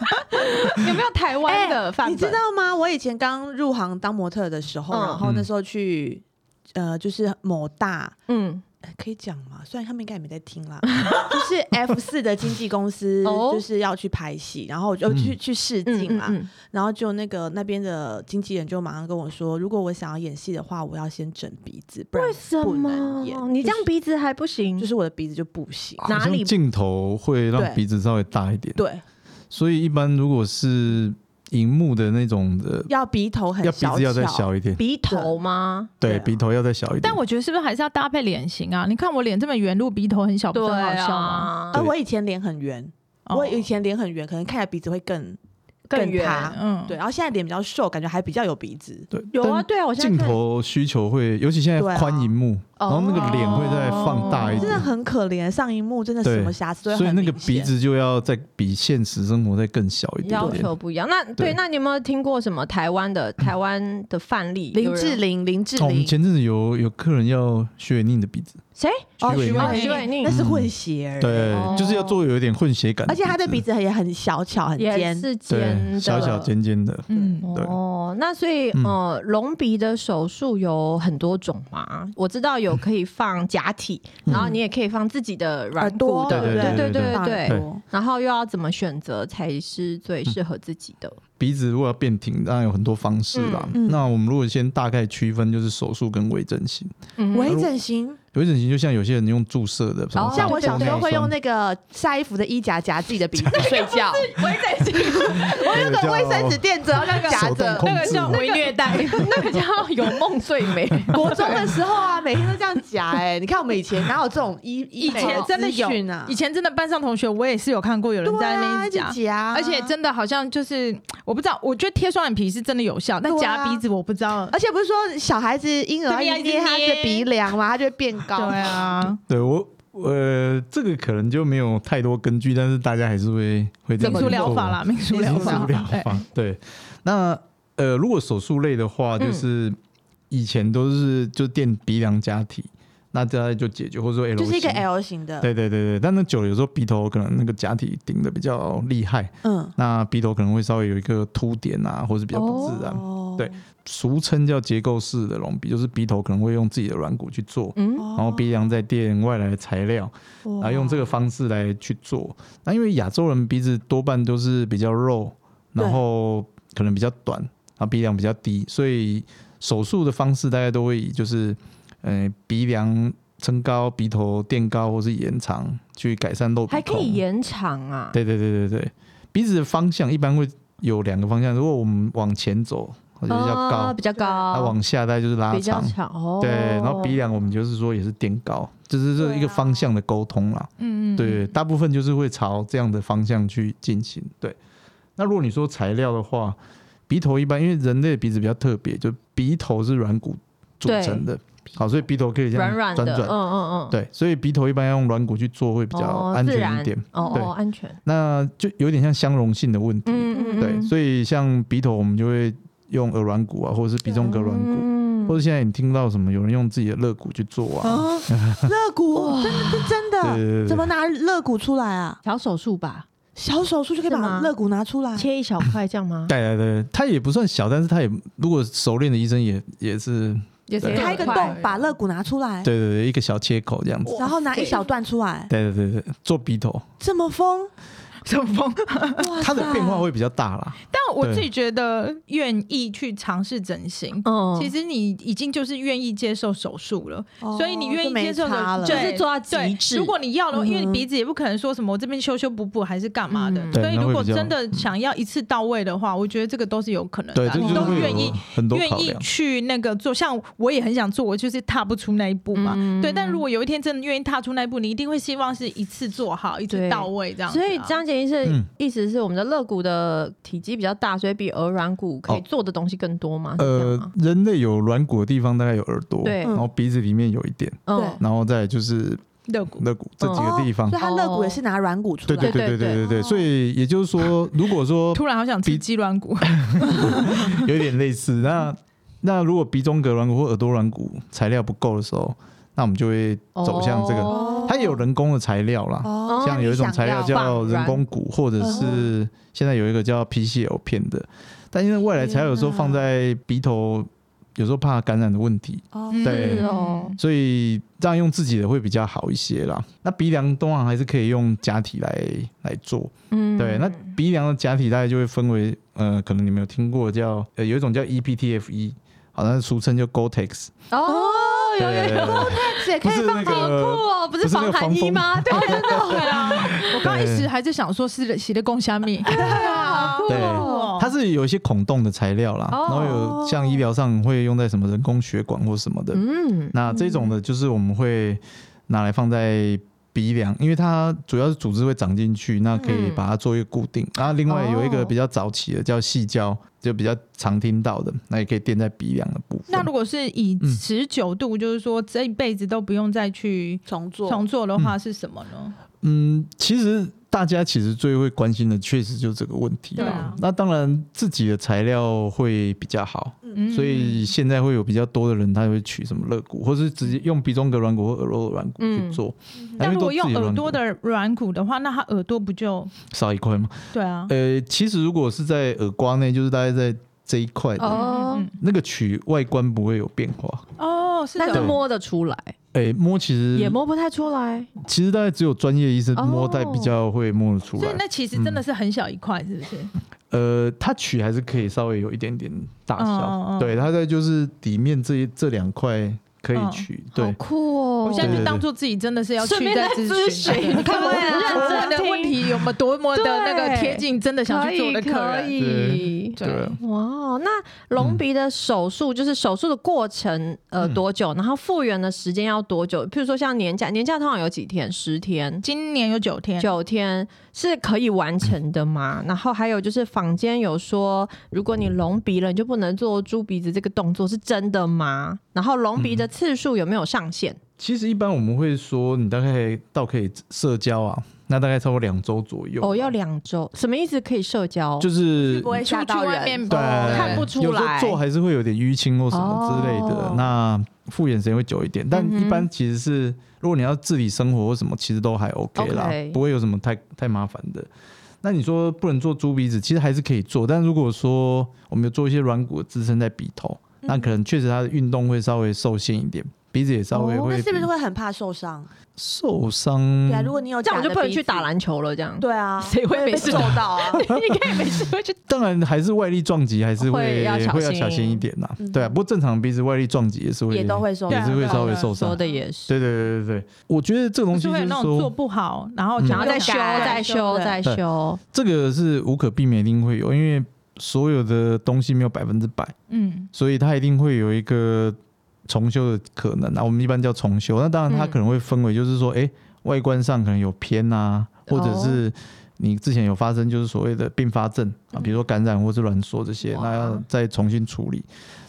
Speaker 1: 有没有台湾的范
Speaker 4: 你
Speaker 1: 本？
Speaker 4: 知道吗？我以前刚入行当模特的时候，
Speaker 1: 嗯
Speaker 4: 然后那时候去，呃，就是某大，
Speaker 1: 嗯，
Speaker 4: 呃可以讲吗？虽然他们应该也没在听 啦，就是 F 四的经纪公司，
Speaker 1: 哦
Speaker 4: 就是要去拍戏，然后我就
Speaker 3: 嗯
Speaker 4: 去、去试镜啦，
Speaker 1: 嗯
Speaker 4: 然后就那个那边的经纪人就马上跟我说，如果我想要演戏的话，我要先整鼻子，不然
Speaker 1: 为什
Speaker 4: 不
Speaker 1: 么
Speaker 4: 能演。
Speaker 1: 你这样鼻子还不行？
Speaker 4: 就是我的鼻子就不行。
Speaker 1: 哪
Speaker 3: 好像
Speaker 1: 里
Speaker 3: 镜头会让
Speaker 4: 对
Speaker 3: 鼻子稍微大一点，
Speaker 4: 对，
Speaker 3: 所以一般如果是荧幕的那种的，
Speaker 4: 要鼻头很
Speaker 3: 要鼻
Speaker 4: 小
Speaker 3: 子要再
Speaker 4: 巧，啊
Speaker 3: 小一点，
Speaker 1: 鼻头吗？
Speaker 3: 对，
Speaker 4: 对啊
Speaker 3: 鼻头要再小一点。
Speaker 2: 但我觉得是不是还是要搭配脸型啊？你看我脸这么圆，露鼻头很小，不是
Speaker 1: 啊
Speaker 2: 很好笑吗？
Speaker 4: 而
Speaker 3: 对
Speaker 4: 我以前脸很圆，
Speaker 2: 哦
Speaker 4: 我以前脸很圆，可能看起来鼻子会更
Speaker 1: 更圆
Speaker 4: 塌
Speaker 2: 嗯，
Speaker 4: 对，然后现在脸比较瘦，感觉还比较有鼻子。
Speaker 3: 对
Speaker 1: 有啊，
Speaker 3: 但
Speaker 1: 对啊，我现在
Speaker 3: 镜
Speaker 1: 看
Speaker 3: 头需求会，尤其现
Speaker 4: 对
Speaker 3: 在
Speaker 4: 啊
Speaker 3: 宽荧幕，
Speaker 1: 哦
Speaker 3: 然后那个脸会再放大一
Speaker 4: 真
Speaker 3: 点
Speaker 4: 的，很可怜，上一幕真的
Speaker 3: 嗯对
Speaker 4: 什么瑕疵都会
Speaker 3: 所以
Speaker 4: 很
Speaker 3: 那个
Speaker 4: 明显
Speaker 3: 鼻子就要再比现实生活再更小一点
Speaker 1: 要
Speaker 3: 点。哦
Speaker 1: 求不一样。那对，
Speaker 3: 对
Speaker 1: 那你有没有听过什么台湾 的台湾的范例？有
Speaker 4: 林
Speaker 1: 人
Speaker 4: 志玲，林志
Speaker 3: 哦我们
Speaker 4: 玲，
Speaker 3: 前阵子有有客人要薛宁的鼻子，
Speaker 1: 谁？
Speaker 3: 哦徐伟宁嗯
Speaker 1: 哦，徐伟宁
Speaker 4: 那是混血儿，欸
Speaker 3: 对，嗯
Speaker 1: 哦
Speaker 3: 就是要做有一点混血感，
Speaker 4: 哎而且她的鼻子也很小巧，很
Speaker 1: 也
Speaker 4: 尖，
Speaker 1: 是尖
Speaker 3: 对
Speaker 1: 的，
Speaker 3: 小小。尖尖的，
Speaker 2: 嗯，
Speaker 3: 对
Speaker 1: 哦，那所以
Speaker 3: 嗯
Speaker 1: 呃，隆鼻的手术有很多种嘛？我知道有可以放假体，
Speaker 3: 嗯
Speaker 1: 然后你也可以放自己的
Speaker 4: 耳
Speaker 1: 软骨
Speaker 4: 朵，
Speaker 1: 的，
Speaker 4: 不
Speaker 3: 对
Speaker 1: 对
Speaker 3: 对
Speaker 1: 对对
Speaker 4: 耳
Speaker 1: 对。
Speaker 4: 朵
Speaker 1: 然后又要怎么选择才是最适合自己的？
Speaker 3: 鼻子如果要变挺，当然有很多方式啦。
Speaker 4: 嗯嗯
Speaker 3: 那我们如果先大概区分，就是手术跟微整形。
Speaker 1: 嗯
Speaker 4: 微整形，
Speaker 3: 微整形就像有些人用注射的，什么
Speaker 1: 哦
Speaker 4: 像我小时候会用
Speaker 3: 个
Speaker 4: 那个晒衣服的衣夹夹自己的鼻
Speaker 3: 哦
Speaker 4: 子睡觉，
Speaker 1: 微整形
Speaker 4: 我用那个卫生纸垫着，然后那个夹
Speaker 3: 手动
Speaker 4: 着。
Speaker 3: 控
Speaker 1: 那个
Speaker 3: 制
Speaker 1: 叫微虐待，那个叫有梦最 美。
Speaker 4: 国中的时候啊，每天都这样夹哎，你看我们以前哪有这种医医
Speaker 2: 以前
Speaker 4: 美
Speaker 2: 真的有
Speaker 4: 资讯啊，
Speaker 2: 以前真的班上同学，我也是有看过有人
Speaker 4: 对
Speaker 2: 在那
Speaker 4: 啊，
Speaker 2: 边
Speaker 4: 一直
Speaker 2: 夹，
Speaker 4: 夹，
Speaker 2: 而且真的好像就是我不知道，我觉得贴双眼皮是真的有效，但
Speaker 4: 对啊
Speaker 2: 夹鼻子我不知道。
Speaker 4: 而且不是说小孩子婴儿
Speaker 2: 这边
Speaker 4: 要
Speaker 2: 要一直
Speaker 4: 捏他的
Speaker 2: 捏
Speaker 4: 鼻梁嘛，他就会变高。
Speaker 2: 对，啊，
Speaker 3: 对我。呃，这个可能就没有太多根据，但是大家还是会会这
Speaker 2: 民
Speaker 3: 样
Speaker 2: 俗
Speaker 3: 做
Speaker 2: 疗法啦，民俗疗
Speaker 3: 民
Speaker 2: 法，
Speaker 3: 俗疗
Speaker 2: 对
Speaker 3: 法。嗯对，那呃，如果手术类的话，
Speaker 1: 嗯
Speaker 3: 就是以前都是就垫鼻梁假体，那这样就解决，或者说 L
Speaker 4: 就是一
Speaker 3: 型
Speaker 4: 个 L 型的，
Speaker 3: 对对对对，但那久了有时候鼻头可能那个假体顶的比较厉害，
Speaker 4: 嗯，
Speaker 3: 那鼻头可能会稍微有一个凸点啊，或是比较不自然。
Speaker 4: 哦
Speaker 3: 对，俗称叫结构式的隆鼻，就是鼻头可能会用自己的软骨去做，
Speaker 1: 嗯，
Speaker 4: 然
Speaker 3: 然后鼻梁再垫外来的材料，
Speaker 4: 然
Speaker 1: 哦
Speaker 3: 然后用这个方式来去做。那因为亚洲人鼻子多半都是比较肉，
Speaker 4: 对
Speaker 3: 然后可能比较短，然后鼻梁比较低，所以手术的方式大概都会以就是，呃，鼻梁撑高、鼻头垫高或是延长去改善漏鼻
Speaker 1: 还可
Speaker 3: 孔
Speaker 1: 以延长啊。
Speaker 3: 对对对对对，鼻子的方向一般会有两个方向，如果我们往前走，它就比较
Speaker 1: 哦
Speaker 3: 高；
Speaker 1: 比较
Speaker 3: 那、
Speaker 1: 高，
Speaker 3: 往下大概就是拉
Speaker 1: 比较
Speaker 3: 长。
Speaker 1: 长哦。
Speaker 3: 对，然后鼻梁我们就是说也是垫高，就是
Speaker 1: 啊
Speaker 3: 这一个方向的沟通啦。
Speaker 2: 嗯嗯，
Speaker 3: 对，大部分就是会朝这样的方向去进行。对，那如果你说材料的话，鼻头一般因为人类的鼻子比较特别，就鼻头是软骨组
Speaker 1: 对
Speaker 3: 成的，好，所以鼻头可以这
Speaker 1: 软
Speaker 3: 样
Speaker 1: 软
Speaker 3: 转
Speaker 1: 的，
Speaker 3: 转。
Speaker 1: 嗯嗯嗯，
Speaker 3: 对，所以鼻头一般要用软骨去做会比较
Speaker 1: 哦
Speaker 3: 安
Speaker 1: 自
Speaker 3: 全
Speaker 1: 然
Speaker 3: 一点。
Speaker 1: 哦
Speaker 3: 对
Speaker 1: 哦，安全。
Speaker 3: 那就有点像相容性的问题。
Speaker 1: 嗯嗯，
Speaker 3: 对，所以像鼻头我们就会用耳软骨啊，或者是鼻中隔
Speaker 1: 以
Speaker 3: 软骨，
Speaker 1: 嗯
Speaker 3: 或者现在你听到什么有人用自己的肋骨去做啊，
Speaker 1: 哦
Speaker 4: 啊，肋骨真的是真
Speaker 3: 对对
Speaker 4: 的，
Speaker 3: 对对
Speaker 4: 怎么拿肋骨出来啊？
Speaker 1: 小手术吧，
Speaker 4: 小手术就可以
Speaker 1: 是吗
Speaker 4: 把肋骨拿出来，
Speaker 1: 切一小块这样吗？
Speaker 3: 对对对，它也不算小，但是它也如果熟练的医生也也是，
Speaker 1: 也
Speaker 3: 对
Speaker 4: 开一个洞把肋骨拿出来，
Speaker 3: 对对对，一个小切口这样子。
Speaker 4: 然后拿一小段出来，
Speaker 3: 对对对对，做鼻头，
Speaker 4: 这么疯，
Speaker 2: 什么 风？
Speaker 4: 哇塞
Speaker 3: 它的变化会比较大啦。
Speaker 2: 但我
Speaker 3: 对
Speaker 2: 自己觉得，愿意去尝试整形，
Speaker 1: 嗯，
Speaker 2: 其实你已经就是愿意接受手术了，
Speaker 4: 哦
Speaker 2: 所以你愿
Speaker 4: 就
Speaker 2: 意
Speaker 4: 没
Speaker 2: 接受
Speaker 4: 差
Speaker 2: 手
Speaker 4: 了
Speaker 2: 术，
Speaker 1: 就是做到极
Speaker 2: 对
Speaker 1: 致
Speaker 2: 如果你要了，因为
Speaker 4: 嗯
Speaker 2: 你鼻子也不可能说什么我这边修修补补还是干嘛的
Speaker 1: 嗯，
Speaker 3: 对
Speaker 2: 所以
Speaker 3: 那会
Speaker 2: 如果
Speaker 3: 比较
Speaker 2: 真的想要一次到位的话，我觉得这个都是有可能
Speaker 3: 对，
Speaker 2: 的啊，
Speaker 3: 这就
Speaker 2: 你
Speaker 3: 是
Speaker 2: 都
Speaker 3: 会
Speaker 2: 愿意
Speaker 3: 有很多
Speaker 2: 愿
Speaker 3: 考
Speaker 2: 意
Speaker 3: 量。
Speaker 2: 去那个做，像我也很想做，我就是踏不出那一步嘛。
Speaker 1: 嗯
Speaker 2: 对，但如果有一天真的愿意踏出那一步，你一定会希望是一次做好，一
Speaker 1: 对
Speaker 2: 次到位这样子啊、
Speaker 1: 所以张杰医生
Speaker 3: 嗯
Speaker 1: 意思是我们的肋骨的体积比较大，所以比鹅软骨
Speaker 3: 哦
Speaker 1: 可以做的东西更多吗？是这样
Speaker 3: 呃
Speaker 1: 吗，
Speaker 3: 人类有软骨的地方大概有耳朵，
Speaker 1: 对
Speaker 3: 然后鼻子里面有一点，
Speaker 1: 嗯
Speaker 3: 然后再来就是
Speaker 2: 肋骨
Speaker 3: 肋骨这几
Speaker 4: 哦
Speaker 3: 个地方
Speaker 4: 所以。它肋骨也是拿软骨出
Speaker 3: 对
Speaker 4: 来，
Speaker 3: 对对
Speaker 1: 对
Speaker 3: 对
Speaker 1: 对
Speaker 3: 对对对，
Speaker 4: 哦
Speaker 3: 所以也就是说，如果说
Speaker 2: 突然好想吃
Speaker 3: 鼻
Speaker 2: 鸡软 骨，
Speaker 3: 有点类似，那那如果鼻中隔软骨或耳朵软骨材料不够的时候，那我们就会走向这个。
Speaker 1: 哦
Speaker 3: 它也有人工的材料啦，
Speaker 4: 哦
Speaker 3: 像有一种材料叫人工骨，或者
Speaker 4: 绑
Speaker 3: 是现在有一个叫 PCL 片的，但因为外来材料有时候放在鼻头，有时候怕感染的问题，
Speaker 4: 哦
Speaker 3: 对
Speaker 1: 是哦
Speaker 3: 所以这样用自己的会比较好一些啦。那鼻梁通常还是可以用假体来来做，
Speaker 1: 嗯
Speaker 3: 对，那鼻梁的假体大概就会分为，呃，可能你们有听过叫，呃，有一种叫 EPTFE，好 E，像俗称叫 Gore-Tex，
Speaker 1: 哦，有有
Speaker 3: 对
Speaker 1: 有，
Speaker 4: 也
Speaker 3: 不
Speaker 4: 可以
Speaker 3: 是那
Speaker 1: 好酷
Speaker 3: 个，
Speaker 1: 哦，不是
Speaker 3: 不是那
Speaker 1: 防
Speaker 3: 个
Speaker 1: 寒
Speaker 3: 防
Speaker 1: 衣
Speaker 3: 风
Speaker 1: 吗？对，真的
Speaker 2: 对啊，我刚一时还在想说是洗的贡虾 米，对啊，
Speaker 3: 对
Speaker 2: 哦
Speaker 3: 它是有一些孔洞的材料啦，
Speaker 1: 哦
Speaker 3: 然后有像医疗上会用在什么人工血管或什么的，
Speaker 1: 嗯，
Speaker 3: 那这种的就是我们会拿来放在。鼻梁，因为它主要是组织会长进去，那可以
Speaker 1: 嗯
Speaker 3: 把它做一个固定。然后另外有一
Speaker 1: 哦
Speaker 3: 个比较早期的叫细胶，就比较常听到的，那也可以垫在鼻梁的部分。
Speaker 2: 那如果是以
Speaker 3: 嗯
Speaker 2: 持久度，就是说这一辈子都不用再去
Speaker 4: 重做
Speaker 2: 重做的话，是什么呢？
Speaker 3: 嗯，其实大家其实最会关心的，确实就是这个问题
Speaker 2: 对
Speaker 3: 啦。
Speaker 2: 啊
Speaker 3: 那当然，自己的材料会比较好，
Speaker 2: 嗯
Speaker 3: 所以现在会有比较多的人，他会取什么肋骨，或是直接用鼻中隔软骨或耳朵软骨
Speaker 1: 嗯
Speaker 3: 去做。因
Speaker 4: 嗯
Speaker 2: 但
Speaker 3: 为
Speaker 2: 如
Speaker 3: 都
Speaker 2: 果
Speaker 3: 自己
Speaker 2: 用耳朵
Speaker 3: 软
Speaker 2: 的软骨的话，那他耳朵不就
Speaker 3: 骨少一块嘛？
Speaker 1: 嗯
Speaker 2: 对啊？
Speaker 3: 呃，其实如果是在耳瓜内，就是大概在这一块的、
Speaker 1: 哦
Speaker 2: 嗯嗯
Speaker 3: 那个取外观不会有变化。
Speaker 2: 嗯哦，是
Speaker 1: 但是
Speaker 2: 的，
Speaker 1: 摸得出来，
Speaker 3: 哎，摸其实
Speaker 1: 也摸不太出来，
Speaker 3: 其实大概只有专业医生
Speaker 1: 哦
Speaker 3: 摸在比较会摸得出
Speaker 2: 所
Speaker 3: 来
Speaker 2: 以。那其实真的是很小一块，是不是？
Speaker 3: 呃，它取还是可以稍微有一点点大
Speaker 1: 哦
Speaker 3: 小，
Speaker 2: 嗯嗯嗯
Speaker 3: 对，它在就是底面这一这两块可以取，
Speaker 1: 哦好
Speaker 3: 对，
Speaker 1: 酷哦！
Speaker 2: 我现在
Speaker 3: 对
Speaker 2: 就当做自己真的是要去
Speaker 1: 顺便
Speaker 2: 在
Speaker 1: 在咨
Speaker 2: 咨
Speaker 1: 询
Speaker 2: 对 看我
Speaker 1: 对啊
Speaker 2: 我们的问题有没有多么的那个
Speaker 1: 对
Speaker 2: 贴近，真的想
Speaker 1: 可
Speaker 2: 去做
Speaker 1: 以
Speaker 2: 的客
Speaker 1: 可
Speaker 2: 人。
Speaker 1: 以，
Speaker 3: 对啊
Speaker 2: 对
Speaker 1: 哇，哦那隆鼻的手术、就是手术的过程，呃，
Speaker 3: 嗯
Speaker 1: 多久？然后复原的时间要多久？譬如说像年假，年假通常有几天？十天、
Speaker 2: 今年有九天，
Speaker 1: 九天是可以完成的 吗？然后还有就是坊间有说，如果你隆鼻了，你就
Speaker 3: 嗯
Speaker 1: 不能做猪鼻子这个动作，是真的吗？然后隆鼻的次数有没有上限？
Speaker 3: 其实一般我们会说，你大概到可以社交啊，那大概超过两周左右。
Speaker 1: 哦，要两周，什么意思？可以社交？
Speaker 3: 啊就是是
Speaker 1: 不会
Speaker 2: 出
Speaker 1: 吓
Speaker 2: 去
Speaker 1: 到
Speaker 2: 外
Speaker 1: 人，
Speaker 2: 面
Speaker 3: 对，
Speaker 2: 看不出
Speaker 3: 有时
Speaker 1: 来
Speaker 3: 候做还是会有点淤青或什么之类的，
Speaker 1: 哦
Speaker 3: 那复原时间会久一点。但
Speaker 1: 嗯
Speaker 3: 一
Speaker 1: 哼
Speaker 3: 般其实是，如果你要自理生活或什么，其实都还 OK 啦
Speaker 1: OK
Speaker 3: 不会有什么太太麻烦的。那你说不能做猪鼻子，其实还是可以做，但如果说我们有做一些软骨的支撑在鼻头，
Speaker 1: 嗯
Speaker 3: 那可能确实它的运动会稍微受限一点，鼻子也稍微
Speaker 1: 哦
Speaker 3: 会
Speaker 4: 那是不
Speaker 3: 比
Speaker 4: 是会很怕受伤？
Speaker 3: 受伤？
Speaker 4: 对啊，如果你有
Speaker 1: 这样我
Speaker 4: 假
Speaker 1: 就
Speaker 4: 的
Speaker 1: 不能
Speaker 4: 鼻
Speaker 1: 去
Speaker 4: 子
Speaker 1: 打。篮球了。这样
Speaker 4: 对啊，
Speaker 1: 谁会
Speaker 4: 被
Speaker 1: 没事
Speaker 4: 揍 到啊？
Speaker 1: 应该没事会去
Speaker 3: 当然还是外力撞击，还是
Speaker 1: 会
Speaker 3: 会
Speaker 1: 要小
Speaker 3: 会要
Speaker 1: 心
Speaker 3: 小心一点啦。
Speaker 4: 嗯
Speaker 3: 对啊，不过正常鼻子外力撞击也是会
Speaker 4: 也都会受
Speaker 3: 也
Speaker 4: 伤
Speaker 3: 是会稍微受
Speaker 1: 说
Speaker 3: 伤。
Speaker 1: 的也是，
Speaker 3: 对对对对对，我觉得这个东西
Speaker 2: 就
Speaker 3: 就
Speaker 2: 会有
Speaker 3: 是
Speaker 2: 那种做
Speaker 3: 说，
Speaker 2: 不好，然后
Speaker 3: 嗯
Speaker 1: 然后再
Speaker 2: 就
Speaker 1: 修、
Speaker 2: 改
Speaker 1: 再修、
Speaker 4: 对
Speaker 1: 再修。
Speaker 3: 这个是无可避免，一定会有，因为所有的东西没有百分之百，
Speaker 2: 嗯，
Speaker 3: 所以它一定会有一个重修的可能啊。我们一般叫重修，那当然它
Speaker 1: 嗯
Speaker 3: 可能会分为，就是说，哎、外观上可能有偏啊，
Speaker 2: 嗯
Speaker 3: 或者是你之前有发生就是所谓的并发症
Speaker 2: 嗯
Speaker 3: 啊，比如说感染或是挛缩这些，
Speaker 1: 哇
Speaker 3: 那要再重新处理。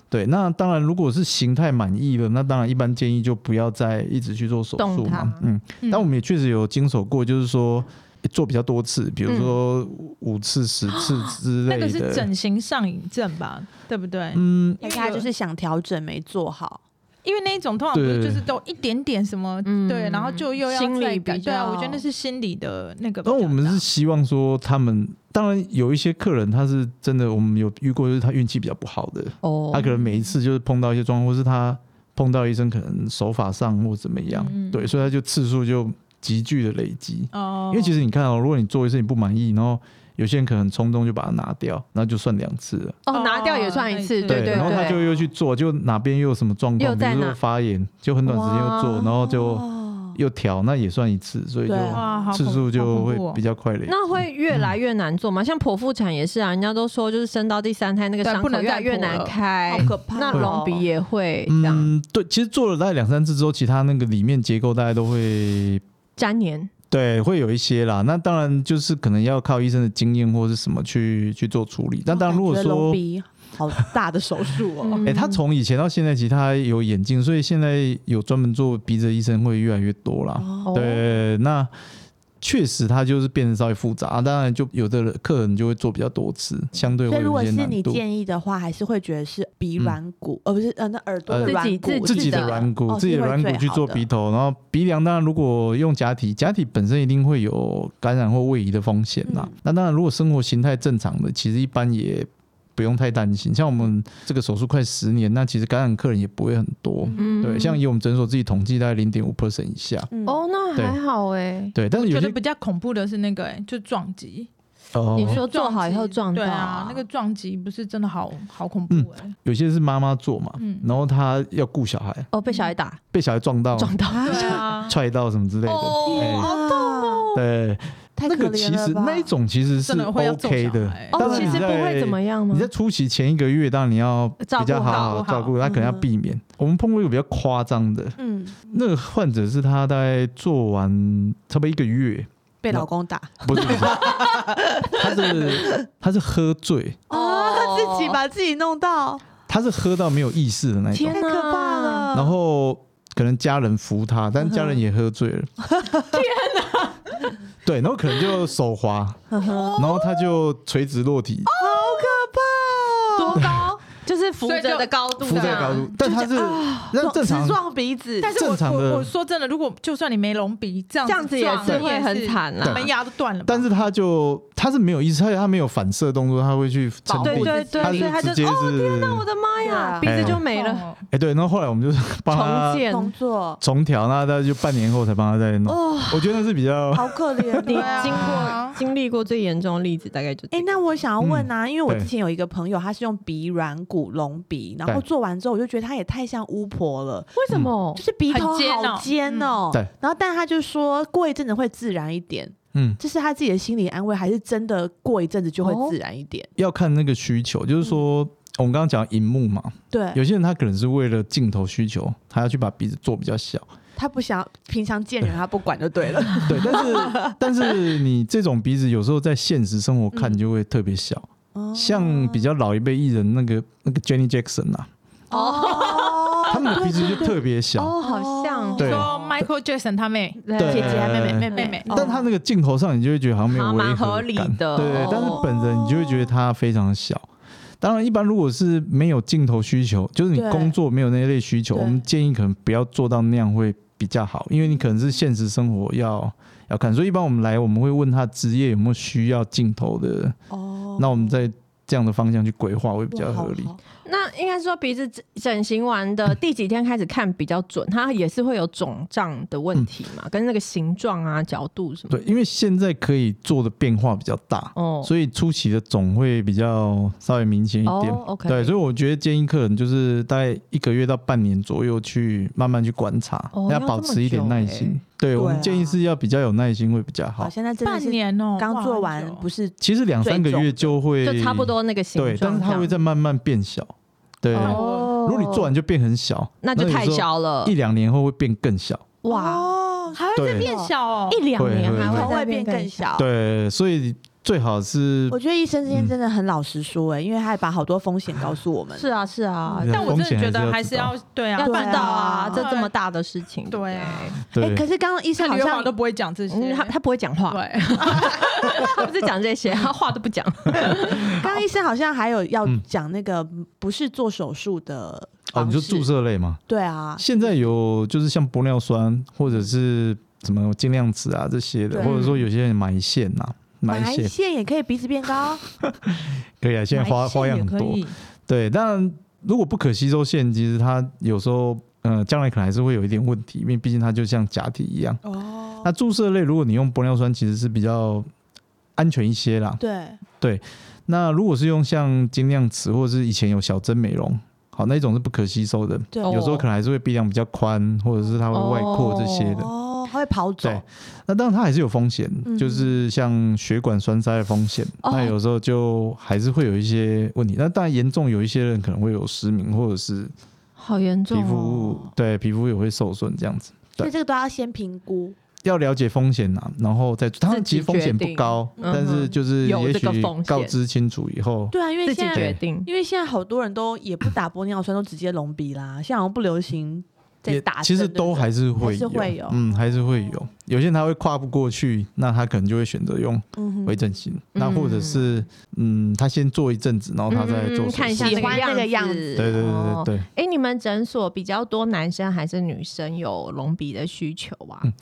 Speaker 3: 对，那当然，如果是形态满意了，那当然一般建议就不要再一直去做手
Speaker 1: 动
Speaker 3: 术嘛
Speaker 1: 它。
Speaker 3: 嗯，
Speaker 2: 嗯
Speaker 3: 但我们也确实有经手过，就是说诶做比较多次，比如说五次、十次之
Speaker 2: 嗯啊那
Speaker 3: 类
Speaker 2: 个是
Speaker 3: 的。
Speaker 2: 整形上瘾症吧，对不对？
Speaker 3: 嗯，
Speaker 4: 大家就是想调整没做好，
Speaker 2: 因为那一种通常不是
Speaker 3: 对
Speaker 2: 就是都一点点什么，
Speaker 1: 嗯
Speaker 2: 对，然后就又要
Speaker 1: 心
Speaker 2: 再
Speaker 1: 理
Speaker 2: 改，
Speaker 1: 比
Speaker 2: 对啊，
Speaker 1: 较
Speaker 2: 我觉得那是心理的那个比较
Speaker 3: 那
Speaker 2: 大。嗯
Speaker 3: 我们是希望说他们，当然有一些客人他是真的，我们有遇过，就是他运气比较不好的，
Speaker 1: 哦
Speaker 3: 他可能每一次就是碰到一些状况，或是他碰到医生可能手法上或怎么样，
Speaker 2: 嗯嗯
Speaker 3: 对，所以他就次数就急剧的累积。
Speaker 2: 哦，
Speaker 3: 因为其实你看哦，如果你做一次你不满意，然后有些人可能冲动就把它拿掉，然后就算两次了。
Speaker 1: 哦，拿掉也算一次，对对
Speaker 3: 然后他就又去做，就哪边又有什么状
Speaker 1: 又
Speaker 3: 况，比
Speaker 1: 在
Speaker 3: 如
Speaker 1: 哪
Speaker 3: 说发炎，就很短时间又做，啊然后就
Speaker 4: 哦
Speaker 3: 又调，那也算一次，所以就
Speaker 4: 对
Speaker 2: 哇，好恐
Speaker 3: 次数就会
Speaker 2: 好恐怖哦
Speaker 3: 比较快累。
Speaker 1: 那会越来越难做吗？像剖腹产也是啊，人家都说就是生到第三胎那个
Speaker 2: 对
Speaker 1: 伤
Speaker 2: 不
Speaker 1: 口
Speaker 2: 能
Speaker 1: 越
Speaker 2: 再
Speaker 1: 来越
Speaker 2: 剖
Speaker 1: 难
Speaker 2: 了
Speaker 1: 开
Speaker 4: 好，可怕哦。
Speaker 1: 那隆鼻
Speaker 3: 啊
Speaker 1: 也会这样
Speaker 3: 嗯，对，其实做了大概两三次之后，其他那个里面结构大概都会
Speaker 1: 粘连。
Speaker 3: 对，会有一些啦。那当然就是可能要靠医生的经验或是什么去去做处理。那当然，如果
Speaker 4: 哦感觉隆
Speaker 3: 说
Speaker 4: 鼻好大的手术哦，
Speaker 3: 哎、他从以前到现在，其实他有眼镜，所以现在有专门做鼻子的医生会越来越多啦。
Speaker 1: 哦
Speaker 3: 对，那确实它就是变得稍微复杂、啊当然，就有的客人就会做比较多次，相对
Speaker 4: 所
Speaker 3: 会
Speaker 4: 以如
Speaker 3: 有
Speaker 4: 果
Speaker 3: 一些
Speaker 4: 是你
Speaker 3: 难度。嗯
Speaker 4: 建议的话，还是会觉得是鼻软骨，而不是呃那耳朵
Speaker 3: 呃
Speaker 4: 的
Speaker 3: 自
Speaker 1: 己
Speaker 4: 软骨，
Speaker 3: 自己
Speaker 1: 是
Speaker 3: 的
Speaker 1: 的
Speaker 3: 软骨，
Speaker 4: 哦
Speaker 3: 自己
Speaker 4: 是
Speaker 3: 的
Speaker 4: 会
Speaker 3: 软骨
Speaker 4: 最
Speaker 3: 去
Speaker 4: 好
Speaker 3: 做
Speaker 4: 的
Speaker 3: 鼻头，然后鼻梁当然如果用假体，假体本身一定会有感染或位移的风险啦。
Speaker 4: 嗯
Speaker 3: 那当然，如果生活形态正常的，其实一般也不用太担心。像我们这个手术快十年，那其实感染客人也不会很多。
Speaker 1: 嗯
Speaker 3: 对，像以我们诊所自己统计，大概零点五 percent 以下。
Speaker 4: 嗯，
Speaker 1: 哦，那
Speaker 3: 对
Speaker 1: 还好哎。
Speaker 3: 对，但是有
Speaker 2: 觉得
Speaker 3: 些
Speaker 2: 比较恐怖的是那个、哎，就撞击。
Speaker 3: 哦，
Speaker 1: 你说做好以后撞到
Speaker 2: 对
Speaker 1: 啊
Speaker 2: 啊，那个撞击不是真的好好恐怖哎、
Speaker 3: 有些是妈妈做嘛，
Speaker 2: 嗯
Speaker 3: 嗯然后她要顾小孩，
Speaker 1: 哦，被小孩打
Speaker 3: 被小孩撞到、
Speaker 1: 撞到，
Speaker 2: 对 啊，
Speaker 3: 踹到什么之类的。
Speaker 1: 哦，
Speaker 3: 哎
Speaker 1: 好痛哦。
Speaker 3: 对，
Speaker 4: 嗯啊太
Speaker 3: 那
Speaker 4: 可
Speaker 3: 个其
Speaker 4: 怜
Speaker 3: 实
Speaker 4: 了吧？
Speaker 3: 那一种其实是
Speaker 2: 真的会要揍
Speaker 3: OK
Speaker 2: 小
Speaker 3: 的
Speaker 2: 孩，
Speaker 1: 哦，
Speaker 3: 当然
Speaker 1: 其
Speaker 3: 你
Speaker 1: 实不会
Speaker 3: 在
Speaker 1: 怎么样吗
Speaker 3: 你？在初期前一个月，当然你要
Speaker 1: 照
Speaker 3: 比
Speaker 1: 顾
Speaker 3: 较好
Speaker 1: 好嗯
Speaker 3: 好
Speaker 2: 照
Speaker 3: 照
Speaker 2: 顾
Speaker 3: 顾，他可能要避免。我们碰过一个比较夸张的，
Speaker 4: 嗯，
Speaker 3: 那个患者是他大概做完差不多一个月，
Speaker 4: 被老公打
Speaker 3: 不是，不是他是他是喝醉，
Speaker 1: 哦
Speaker 4: 啊， 自己把自己弄到，
Speaker 3: 他是喝到没有意识的那一种
Speaker 1: 天，
Speaker 4: 太可怕
Speaker 1: 哪
Speaker 4: 了。
Speaker 3: 然后可能家人扶他，但家人也喝醉了。天
Speaker 1: 嗯
Speaker 3: 哪！ 对，然后可能就手滑，
Speaker 4: 呵呵
Speaker 1: 哦
Speaker 3: 然后他就垂直落体，
Speaker 4: 哦
Speaker 1: 多 高？就是扶着的啊高度，
Speaker 3: 浮在高度。，但他是
Speaker 1: 啊
Speaker 3: 那正常
Speaker 4: 直撞鼻子，
Speaker 2: 但是我
Speaker 3: 正常的
Speaker 2: 我我说真的，如果就算你没隆鼻，这样
Speaker 1: 这样子
Speaker 2: 子
Speaker 1: 也
Speaker 2: 撞
Speaker 1: 是
Speaker 2: 你
Speaker 1: 会很惨啦。
Speaker 2: 门牙都断了吧。
Speaker 3: 但是他就他是没有意识，他他没有反射动作，他会去沉
Speaker 1: 对
Speaker 3: 定，
Speaker 1: 对对，
Speaker 3: 他
Speaker 1: 所
Speaker 3: 是
Speaker 1: 以他就
Speaker 3: 直接
Speaker 1: 哦，
Speaker 3: 是
Speaker 1: 我的妈呀，
Speaker 4: 呀
Speaker 1: 鼻子
Speaker 3: 哎呦
Speaker 1: 就没了，
Speaker 2: 哦，
Speaker 3: 哎对，然后后来我 们就是帮
Speaker 1: 重
Speaker 3: 他
Speaker 1: 建。
Speaker 4: 啊 工作
Speaker 3: 重调，那大概就半年后才帮他再弄。
Speaker 1: 哦
Speaker 3: 我觉得那是比较
Speaker 4: 好可怜
Speaker 1: 你
Speaker 4: 哦。
Speaker 1: 经过
Speaker 2: 啊
Speaker 1: 经历过最严重的例子，大概就
Speaker 4: 哎、那我想要问啊，因为我
Speaker 3: 对
Speaker 4: 之前有一个朋友，他是用鼻软骨隆鼻，然后
Speaker 3: 对
Speaker 4: 做完之后，我就觉得他也太像巫婆了，
Speaker 1: 为什么
Speaker 4: 就？是鼻头
Speaker 2: 很尖哦
Speaker 4: 好尖哦。
Speaker 3: 嗯对
Speaker 4: 然后，但他就说过一阵子会自然一点，
Speaker 3: 嗯，
Speaker 4: 这是他自己的心理安慰，还是真的过一阵子就会自然一点？
Speaker 3: 要看那个需求，就是说
Speaker 1: 嗯
Speaker 3: 我们刚刚讲荧幕嘛，
Speaker 4: 对，
Speaker 3: 有些人他可能是为了镜头需求，他要去把鼻子做比 较小。
Speaker 4: 他不想平常见人，他不管就对了。
Speaker 3: 对，但是但是你这种鼻子有时候在现实生活
Speaker 1: 嗯
Speaker 3: 看就会特别小，
Speaker 4: 哦
Speaker 3: 像比较老一辈艺人那个那个 Jenny Jackson 啊，
Speaker 1: 哦
Speaker 4: 哦，
Speaker 3: 他们的鼻子就特别小。
Speaker 1: 哦，好像
Speaker 2: 你
Speaker 3: 对
Speaker 2: 说 Michael Jackson 他妹
Speaker 3: 对
Speaker 2: 姐姐还妹妹妹妹
Speaker 1: 哦
Speaker 2: 妹，
Speaker 3: 但他那个镜头上，你就会觉得好像没有
Speaker 1: 好
Speaker 3: 违
Speaker 1: 蛮
Speaker 3: 和
Speaker 1: 合理
Speaker 3: 感
Speaker 1: 的
Speaker 3: 对
Speaker 1: 哦，
Speaker 3: 但是本人你就会觉得它非常小。当然，一般如果是没有镜头需求，就是你
Speaker 4: 对
Speaker 3: 工作没有那类需求，
Speaker 4: 对
Speaker 3: 我们建议可能不要做到那样会比较好，因为你可能是现实生活要要看，所以一般我们来我们会问他职业有没有需要镜头的，
Speaker 4: 哦
Speaker 3: 那我们在这样的方向去规划会比较
Speaker 4: 哇好
Speaker 3: 合理。
Speaker 4: 好
Speaker 1: 那应该说鼻子整整形完的第几天开始看比较准，它也是会有肿胀的问题嘛，跟那个形状啊、角度什么
Speaker 3: 嗯对
Speaker 1: 的。，
Speaker 3: 因为现在可以做的变化比较大，
Speaker 1: 哦
Speaker 3: 所以初期的总会比较稍微明显一点。
Speaker 1: 哦，OK
Speaker 3: 对，所以我觉得建议客人就是大概一个月到半年左右去慢慢去观察，
Speaker 1: 哦
Speaker 3: 要
Speaker 1: 要
Speaker 3: 保
Speaker 1: 这么
Speaker 3: 持一点
Speaker 1: 久
Speaker 3: 耐
Speaker 1: 欸
Speaker 3: 心。对我
Speaker 4: 对
Speaker 3: 们
Speaker 4: 啊
Speaker 3: 建议是要比较有耐心会比较好
Speaker 4: 好，。现在真的
Speaker 2: 半
Speaker 4: 是
Speaker 2: 年哦，
Speaker 4: 刚做完，不
Speaker 2: 是
Speaker 4: 是
Speaker 3: 其实两三个
Speaker 4: 最
Speaker 3: 月就会
Speaker 1: 就差不多那个形
Speaker 3: 对，但
Speaker 1: 状
Speaker 3: 是
Speaker 1: 这
Speaker 3: 它
Speaker 1: 样。
Speaker 3: 会再慢慢变小。对，
Speaker 1: 哦
Speaker 3: 如果你做完就变很小，
Speaker 1: 那就
Speaker 3: 有
Speaker 1: 太
Speaker 3: 时候
Speaker 1: 小了
Speaker 3: 一，两年后会变更小。
Speaker 1: 哇，
Speaker 4: 哦，
Speaker 2: 还会再
Speaker 3: 对
Speaker 2: 变小哦，
Speaker 1: 一两
Speaker 3: 会
Speaker 1: 年
Speaker 3: 会
Speaker 1: 还
Speaker 3: 会
Speaker 1: 会再
Speaker 4: 会变更
Speaker 1: 更小。
Speaker 4: 小。
Speaker 3: 对，所以最好是
Speaker 4: 我觉得医生之间
Speaker 3: 嗯
Speaker 4: 真的很老实说，哎，因为他也把好多风险告诉我们。
Speaker 1: 是啊，是啊，
Speaker 3: 嗯
Speaker 2: 但我真的觉得
Speaker 3: 风
Speaker 2: 还
Speaker 3: 险还
Speaker 2: 是
Speaker 3: 是
Speaker 2: 要
Speaker 3: 要
Speaker 2: 对啊，
Speaker 1: 要知
Speaker 2: 不然
Speaker 1: 道啊，
Speaker 4: 对
Speaker 1: 这这么大的事情，
Speaker 2: 对啊，
Speaker 4: 哎，
Speaker 3: 对
Speaker 4: 可。是刚刚医生
Speaker 2: 像
Speaker 4: 好
Speaker 2: 刘
Speaker 4: 像
Speaker 2: 皇都不会讲这
Speaker 1: 嗯
Speaker 2: 些，
Speaker 1: 他他不会讲话，
Speaker 2: 对，
Speaker 1: 他不是讲这些，他话都不讲。
Speaker 4: 刚刚医生好像还有要
Speaker 3: 嗯
Speaker 4: 讲那个不是做手术的
Speaker 3: 哦，
Speaker 4: 方
Speaker 3: 你
Speaker 4: 式，
Speaker 3: 说注射类吗？
Speaker 4: 对啊，
Speaker 3: 现在有就是像玻尿酸或者是什么精量子啊这些的，
Speaker 4: 对
Speaker 3: 或者说有些人埋线呐、埋
Speaker 4: 埋
Speaker 3: 线
Speaker 4: 线也可以鼻子变高，
Speaker 3: 可以啊，现在花花样很多。对，但如果不可吸收线，其实它有时候呃将来可能还是会有一点问题，因为毕竟它就像假体一样。
Speaker 4: 哦，
Speaker 3: 那注射类如果你用玻尿酸，其实是比较安全一些啦。
Speaker 4: 对，
Speaker 3: 那如果是用像精量子或者是以前有小针美容，好那一种是不可吸收的，
Speaker 4: 对
Speaker 1: 哦
Speaker 3: 有时候可能还是会鼻梁比较宽，或者是它会外扩这些的。
Speaker 4: 哦，它会跑走
Speaker 3: 对，那当然它还是有风险，
Speaker 4: 嗯
Speaker 3: 就是像血管栓塞的风险，
Speaker 1: 哦
Speaker 3: 那有时候就还是会有一些问题。那当然严重有一些人可能会有失明，或者是
Speaker 1: 好严
Speaker 3: 皮
Speaker 1: 重
Speaker 3: 肤、
Speaker 1: 哦，
Speaker 3: 对皮肤也会受损这样子。
Speaker 4: 所以这个都要先评估。
Speaker 3: 要了解风险啊，然后再它
Speaker 1: 自己
Speaker 3: 其实风险不高，
Speaker 1: 决定
Speaker 3: 但
Speaker 1: 嗯
Speaker 3: 是
Speaker 1: 哼
Speaker 3: 就是
Speaker 1: 有
Speaker 3: 也
Speaker 1: 这个
Speaker 3: 许
Speaker 1: 风险
Speaker 3: 告知清楚以后，
Speaker 4: 对啊，因为
Speaker 1: 自
Speaker 4: 现
Speaker 1: 己
Speaker 4: 在
Speaker 1: 决定。
Speaker 4: 因为现在好多人都也不打玻尿酸，都直接隆鼻啦，现在好像不流行在
Speaker 3: 也
Speaker 4: 打针，
Speaker 3: 其实
Speaker 4: 对不对
Speaker 3: 都还是
Speaker 4: 还
Speaker 3: 会
Speaker 4: 是
Speaker 3: 有，
Speaker 4: 会有
Speaker 3: 嗯，还是会有。有些人他会跨不过去，那他可能就会选择用
Speaker 4: 嗯哼
Speaker 3: 微整形，那或者是嗯，他先做一阵子，然后哦他再做手
Speaker 1: 嗯看一
Speaker 3: 术
Speaker 1: 下
Speaker 4: 喜欢那个样
Speaker 1: 子，
Speaker 3: 对对对对
Speaker 1: 哦
Speaker 3: 对。
Speaker 1: 哎、你们诊所比较多男生还是女生有隆鼻的需求啊？
Speaker 3: 嗯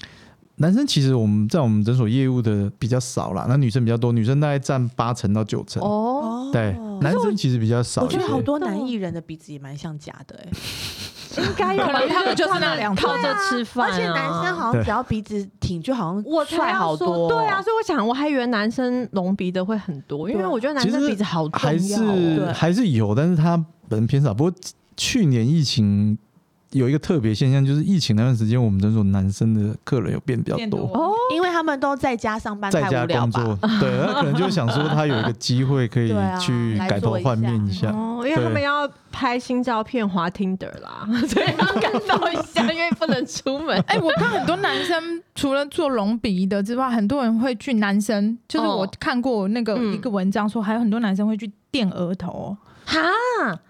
Speaker 3: 男生其实我们在我们诊所业务的比较少啦，那女生比较多，女生大概占八成到九成。
Speaker 1: 哦，
Speaker 4: 哦
Speaker 3: 对，男生其实比较少
Speaker 4: 我
Speaker 3: 一些。
Speaker 4: 觉得好多男艺人的鼻子也蛮像假的哎，
Speaker 1: 应该有吧，
Speaker 2: 可能他们就是那两套
Speaker 1: 靠着 吃饭、啊
Speaker 4: 而且男生。好像
Speaker 3: 对
Speaker 4: 只要鼻子挺，就好像
Speaker 1: 我才
Speaker 4: 帅
Speaker 1: 要
Speaker 4: 好
Speaker 1: 说
Speaker 4: 多。
Speaker 1: 对啊，，所以我想我还以为男生隆鼻的会很多，因为
Speaker 4: 对啊
Speaker 1: 我觉得男
Speaker 3: 其
Speaker 1: 生
Speaker 3: 实
Speaker 1: 鼻子好重
Speaker 3: 还
Speaker 1: 要、
Speaker 3: 是
Speaker 4: 对
Speaker 3: 还是有，但是他人偏少。不过去年疫情有一个特别现象，就是疫情那段时间，我们诊所男生的客人有变比较
Speaker 2: 变
Speaker 3: 多，
Speaker 1: 哦
Speaker 2: 多。
Speaker 4: 因为他们都在家上班，
Speaker 3: 在
Speaker 4: 太
Speaker 3: 家
Speaker 4: 无聊
Speaker 3: 工
Speaker 4: 吧？
Speaker 3: 作，对，他可能就想说他有一个机会可以
Speaker 4: 对啊
Speaker 3: 去
Speaker 4: 来
Speaker 3: 改头
Speaker 4: 做一
Speaker 3: 换面一
Speaker 4: 下
Speaker 3: 下。
Speaker 1: 哦，因为
Speaker 3: 对
Speaker 1: 他们要拍新照片、滑 Tinder 啦，所以要感到一下，因为不能出门。
Speaker 2: 哎、我看很多男 生除了做隆鼻的之外，很多人会去男生，就是
Speaker 1: 哦
Speaker 2: 我看过那个
Speaker 1: 嗯
Speaker 2: 一个文章说，还有很多男生会去垫额头，
Speaker 1: 哈，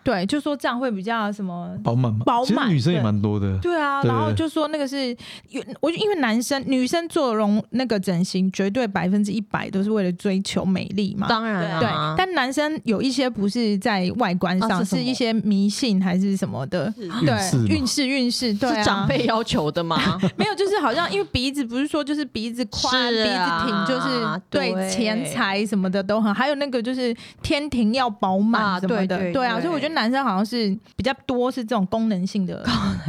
Speaker 2: 对，就说这样会比较什么。
Speaker 3: 饱满嘛，
Speaker 2: 饱嗯满
Speaker 3: 其实女生也
Speaker 2: 对
Speaker 3: 蛮多的。
Speaker 2: 对啊，
Speaker 3: 对
Speaker 2: 然后就说那个是，有我因为男生女生做容那个整形，绝对百分之一百都是为了追求美丽嘛。
Speaker 1: 当然
Speaker 2: 对
Speaker 1: 啊，，
Speaker 2: 但男生有一些不是在外观上，
Speaker 1: 啊是什
Speaker 2: 是
Speaker 1: 么
Speaker 2: 一些迷信还是什么的。
Speaker 4: 是
Speaker 3: 运势
Speaker 2: 对，
Speaker 3: 嘛
Speaker 2: 运势运势，对、啊、
Speaker 1: 是长辈要求的 吗？
Speaker 2: 没有，就是好像因为鼻子不是说就是鼻子宽、
Speaker 1: 是啊
Speaker 2: 鼻子挺，就是
Speaker 1: 对
Speaker 2: 对钱财什么的都很，还有那个就是天庭要饱
Speaker 1: 啊
Speaker 2: 满什么的，
Speaker 1: 对对
Speaker 2: 啊，
Speaker 1: 对
Speaker 2: 所以我觉得男生好像是比较多是这种功能性 的，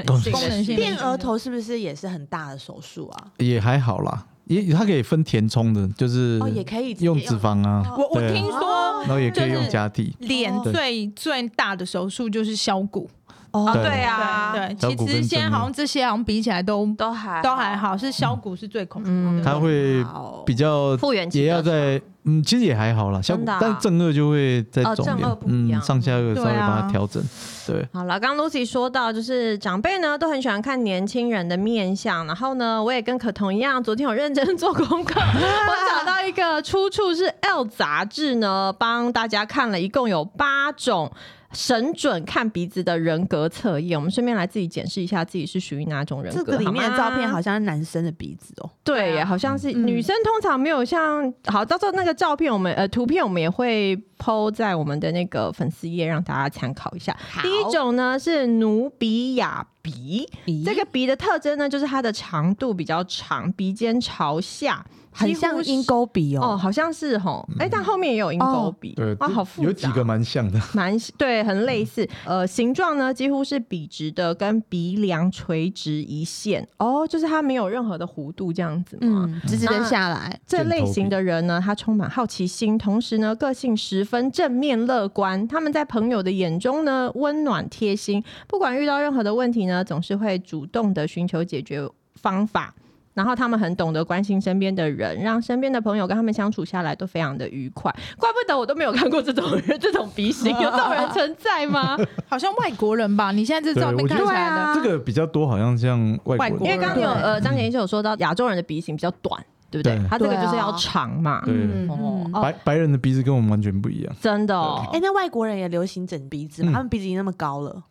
Speaker 2: 功能性
Speaker 4: 变额头是不是也是很大的手术啊？
Speaker 3: 也还好啦，也它可以分填充的，就是
Speaker 4: 哦，也可以直接
Speaker 3: 用脂肪啊，
Speaker 2: 我我
Speaker 3: 对啊
Speaker 2: 听说
Speaker 4: 哦
Speaker 3: 然后也可以
Speaker 2: 就是
Speaker 3: 用假体。
Speaker 2: 脸
Speaker 4: 哦
Speaker 2: 最最大的手术就是削骨，
Speaker 1: 啊，
Speaker 4: 哦
Speaker 3: 对
Speaker 1: 对啊，
Speaker 2: 对，
Speaker 3: 削
Speaker 2: 其
Speaker 3: 骨
Speaker 2: 实
Speaker 3: 跟
Speaker 2: 现在
Speaker 3: 正
Speaker 2: 好
Speaker 3: 面
Speaker 2: 像这些好像比起来都
Speaker 4: 都还
Speaker 2: 都还好，是削骨是最恐怖
Speaker 1: 嗯
Speaker 2: 的。
Speaker 3: 它会
Speaker 4: 好
Speaker 3: 比较
Speaker 1: 复原期
Speaker 3: 也
Speaker 1: 的
Speaker 3: 要在嗯，其实也还好啦，像
Speaker 1: 真的啊
Speaker 3: 但正二就会再
Speaker 1: 哦
Speaker 3: 重
Speaker 1: 正二
Speaker 3: 点
Speaker 1: 不，一样
Speaker 3: 嗯，上下颚稍微
Speaker 2: 对啊
Speaker 3: 把它调整，对，
Speaker 1: 好了，刚刚 Lucy 说到，就是长辈呢都很喜欢看年轻人的面相，然后呢，我也跟可彤一样，昨天有认真做功 课，我找到一个出处是《L》杂志呢，帮大家看了一共有八种。神准看鼻子的人格测验。我们顺便来自己检视一下自己是属于哪种人格。
Speaker 4: 这个里面的照片
Speaker 1: 好吗
Speaker 4: 好像是男生的鼻子哦，
Speaker 1: 对
Speaker 2: 对
Speaker 1: 耶，
Speaker 2: 啊
Speaker 1: 好像是、
Speaker 2: 嗯
Speaker 1: 女生通常没有像好，到时候那个照片我们呃图片我们也会 PO 在我们的那个粉丝页让大家参考一下。第一种呢是努比亚鼻，
Speaker 4: 鼻
Speaker 1: 这个鼻的特征呢就是它的长度比较长，鼻尖朝下，
Speaker 4: 很
Speaker 1: 几乎
Speaker 4: 像
Speaker 1: 是
Speaker 4: 鹰钩鼻
Speaker 1: 哦，
Speaker 4: 哦，
Speaker 1: 好像是吼，哎、但后面也有鹰钩鼻，
Speaker 3: 对，
Speaker 1: 哇，好复杂，啊
Speaker 3: 有几个蛮像的，
Speaker 1: 蛮对，很类似。呃，形状呢几乎是笔直的，跟鼻梁垂直一线。哦，就是它没有任何的弧度这样子嘛。
Speaker 4: 嗯，直直的下来，
Speaker 1: 这类型的人呢，他充满好奇心，同时呢，个性十分正面乐观。他们在朋友的眼中呢，温暖贴心，不管遇到任何的问题呢，总是会主动的寻求解决方法。然后他们很懂得关心身边的人，让身边的朋友跟他们相处下来都非常的愉快。怪不得我都没有看过这种人， 这种鼻型有这种人存在吗？
Speaker 2: 好像外国人吧？你现在这照
Speaker 3: 对
Speaker 2: 片看
Speaker 3: 我觉
Speaker 2: 起
Speaker 3: 得
Speaker 2: 来的，
Speaker 3: 这个比较多，好像像外国
Speaker 2: 外
Speaker 3: 人
Speaker 2: 国
Speaker 1: 因为
Speaker 2: 人
Speaker 1: 刚刚有呃张姐医生有说到亚洲人的鼻型比较短，对不对？
Speaker 3: 对
Speaker 1: 他这个就是要
Speaker 4: 对啊
Speaker 1: 长嘛。
Speaker 3: 对
Speaker 2: 嗯
Speaker 1: 哦
Speaker 4: 嗯，
Speaker 1: 哦
Speaker 3: 白白人的鼻子跟我们完全不一样，
Speaker 1: 真的哦
Speaker 4: 哎、。那外国人也流行整鼻子
Speaker 3: 嗯
Speaker 4: 嘛，他们鼻子已经那么高了，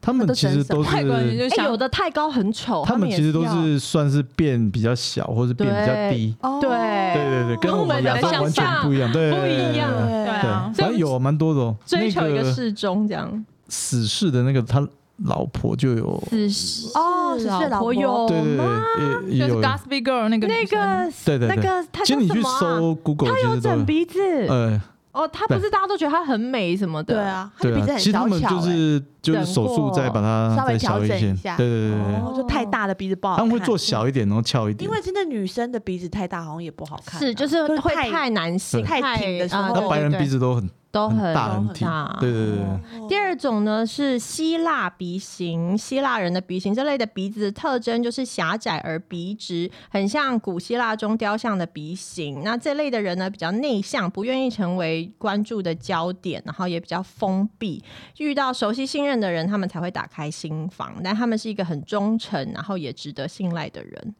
Speaker 3: 他们其实都
Speaker 2: 外国人
Speaker 3: 是，
Speaker 2: 就
Speaker 1: 哎、
Speaker 2: 想
Speaker 1: 有的太高很丑，
Speaker 3: 他们
Speaker 1: 也
Speaker 3: 其实都
Speaker 1: 要
Speaker 3: 是算是变比较小，或是变比较
Speaker 1: 对
Speaker 3: 低。
Speaker 4: 哦
Speaker 1: 对
Speaker 3: 对对对，跟我们亚洲完全不一样，对，
Speaker 1: 不一样
Speaker 3: 对
Speaker 2: 对
Speaker 3: 对
Speaker 2: 啊，，
Speaker 3: 反正有蛮多种。
Speaker 1: 追求一
Speaker 3: 那
Speaker 1: 个适中这样。
Speaker 3: 死侍的那个他老婆就有，
Speaker 1: 只是
Speaker 4: 哦只是老
Speaker 1: 婆
Speaker 4: 婆
Speaker 1: 有
Speaker 3: 对对
Speaker 1: 吗？
Speaker 3: 对，也
Speaker 2: 就
Speaker 3: 也
Speaker 2: 是
Speaker 3: 有。
Speaker 2: Gossip Girl 那个
Speaker 1: 那
Speaker 2: 女生
Speaker 1: 个
Speaker 3: 对对
Speaker 1: 那
Speaker 3: 对
Speaker 1: 个他
Speaker 3: 其实
Speaker 1: 叫
Speaker 3: 你
Speaker 1: 什
Speaker 3: 去
Speaker 1: 么啊？
Speaker 3: 搜 Google，
Speaker 1: 他
Speaker 3: 其
Speaker 1: 有
Speaker 3: 实都有
Speaker 1: 整鼻子
Speaker 3: 呃，
Speaker 1: 哦，他不是大家都觉得他很美什么的，
Speaker 4: 对，啊，他
Speaker 3: 对
Speaker 4: 的鼻
Speaker 3: 啊
Speaker 4: 子，很
Speaker 3: 其实他
Speaker 4: 小
Speaker 3: 们
Speaker 4: 巧、
Speaker 3: 就
Speaker 4: 欸，
Speaker 3: 是就是手术再把它
Speaker 4: 稍微
Speaker 3: 再小
Speaker 4: 调整
Speaker 3: 些
Speaker 4: 一，下
Speaker 3: 对对对对
Speaker 1: 哦，
Speaker 3: 对
Speaker 4: 就太大的鼻子不好
Speaker 3: 他
Speaker 4: 看，
Speaker 3: 们会做小一点，然后翘一点
Speaker 4: 因。为真的女生的鼻子太大好像也不好看啊、
Speaker 1: 是就是会
Speaker 4: 太
Speaker 1: 太男性、
Speaker 3: 对
Speaker 4: 太挺的时候
Speaker 1: 啊对
Speaker 4: 那
Speaker 3: 那
Speaker 1: 对
Speaker 3: 白人
Speaker 1: 对
Speaker 3: 鼻子都很
Speaker 1: 都很
Speaker 3: 大
Speaker 4: 都
Speaker 3: 很
Speaker 4: 很哦
Speaker 3: 挺
Speaker 1: 大，
Speaker 3: 对对对对。
Speaker 1: 第二种呢是希腊鼻型，希腊人的鼻型这类的鼻子的特征就是狭窄而鼻直，很像古希腊中雕像的鼻型。那这类的人呢比较内向，不愿意成为关注的焦点，然后也比较封闭。遇到熟悉信任的人，他们才会打开心房。但他们是一个很忠诚，然后也值得信赖的人。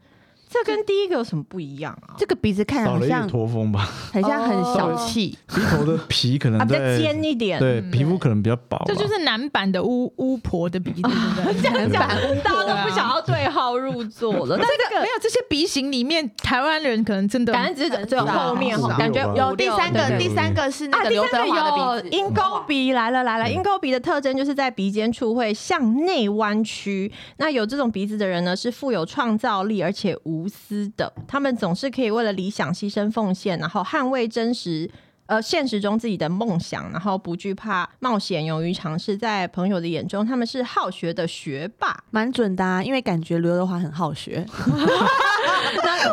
Speaker 1: 这跟第一个有什么不一样啊？
Speaker 4: 这个鼻子看
Speaker 3: 少
Speaker 4: 好
Speaker 3: 了一
Speaker 4: 像
Speaker 3: 点哦驼峰吧，
Speaker 4: 很像很小气，
Speaker 3: 鼻头的皮可
Speaker 1: 啊，
Speaker 3: 能
Speaker 1: 比较
Speaker 3: 在
Speaker 1: 尖一点，
Speaker 3: 对
Speaker 2: 嗯
Speaker 3: 皮肤可能比较薄啊吧，
Speaker 2: 这就是男版的巫巫婆的鼻子，对不对？
Speaker 1: 这样讲
Speaker 2: 男版巫，婆
Speaker 1: 大家
Speaker 2: 啊
Speaker 1: 都不想要对号入座了。但 这个
Speaker 2: 没有这些鼻型里面，台湾人可能真的
Speaker 1: 感恩只只有
Speaker 4: 很少
Speaker 1: 后面
Speaker 3: 五
Speaker 1: 哈，
Speaker 3: 六
Speaker 1: 感觉
Speaker 3: 吧
Speaker 4: 有啊第
Speaker 1: 五六
Speaker 4: 三
Speaker 1: 对
Speaker 4: 个，
Speaker 1: 对
Speaker 4: 第三个是那
Speaker 1: 啊，
Speaker 4: 个
Speaker 1: 第
Speaker 4: 刘
Speaker 1: 三
Speaker 4: 德
Speaker 1: 个
Speaker 4: 华的
Speaker 1: 有
Speaker 4: 鼻子，
Speaker 1: 鹰钩鼻来了来了，鹰钩鼻的特征就是在鼻尖处会向内弯曲。那有这种鼻子的人呢，是富有创造力而且无私的，他们总是可以为了理想牺牲奉献，然后捍卫真实。呃，现实中自己的梦想，然后不惧怕冒险，勇于尝试，在朋友的眼中，他们是好学的学霸。
Speaker 4: 蛮准的、啊，因为感觉刘德华很好 学，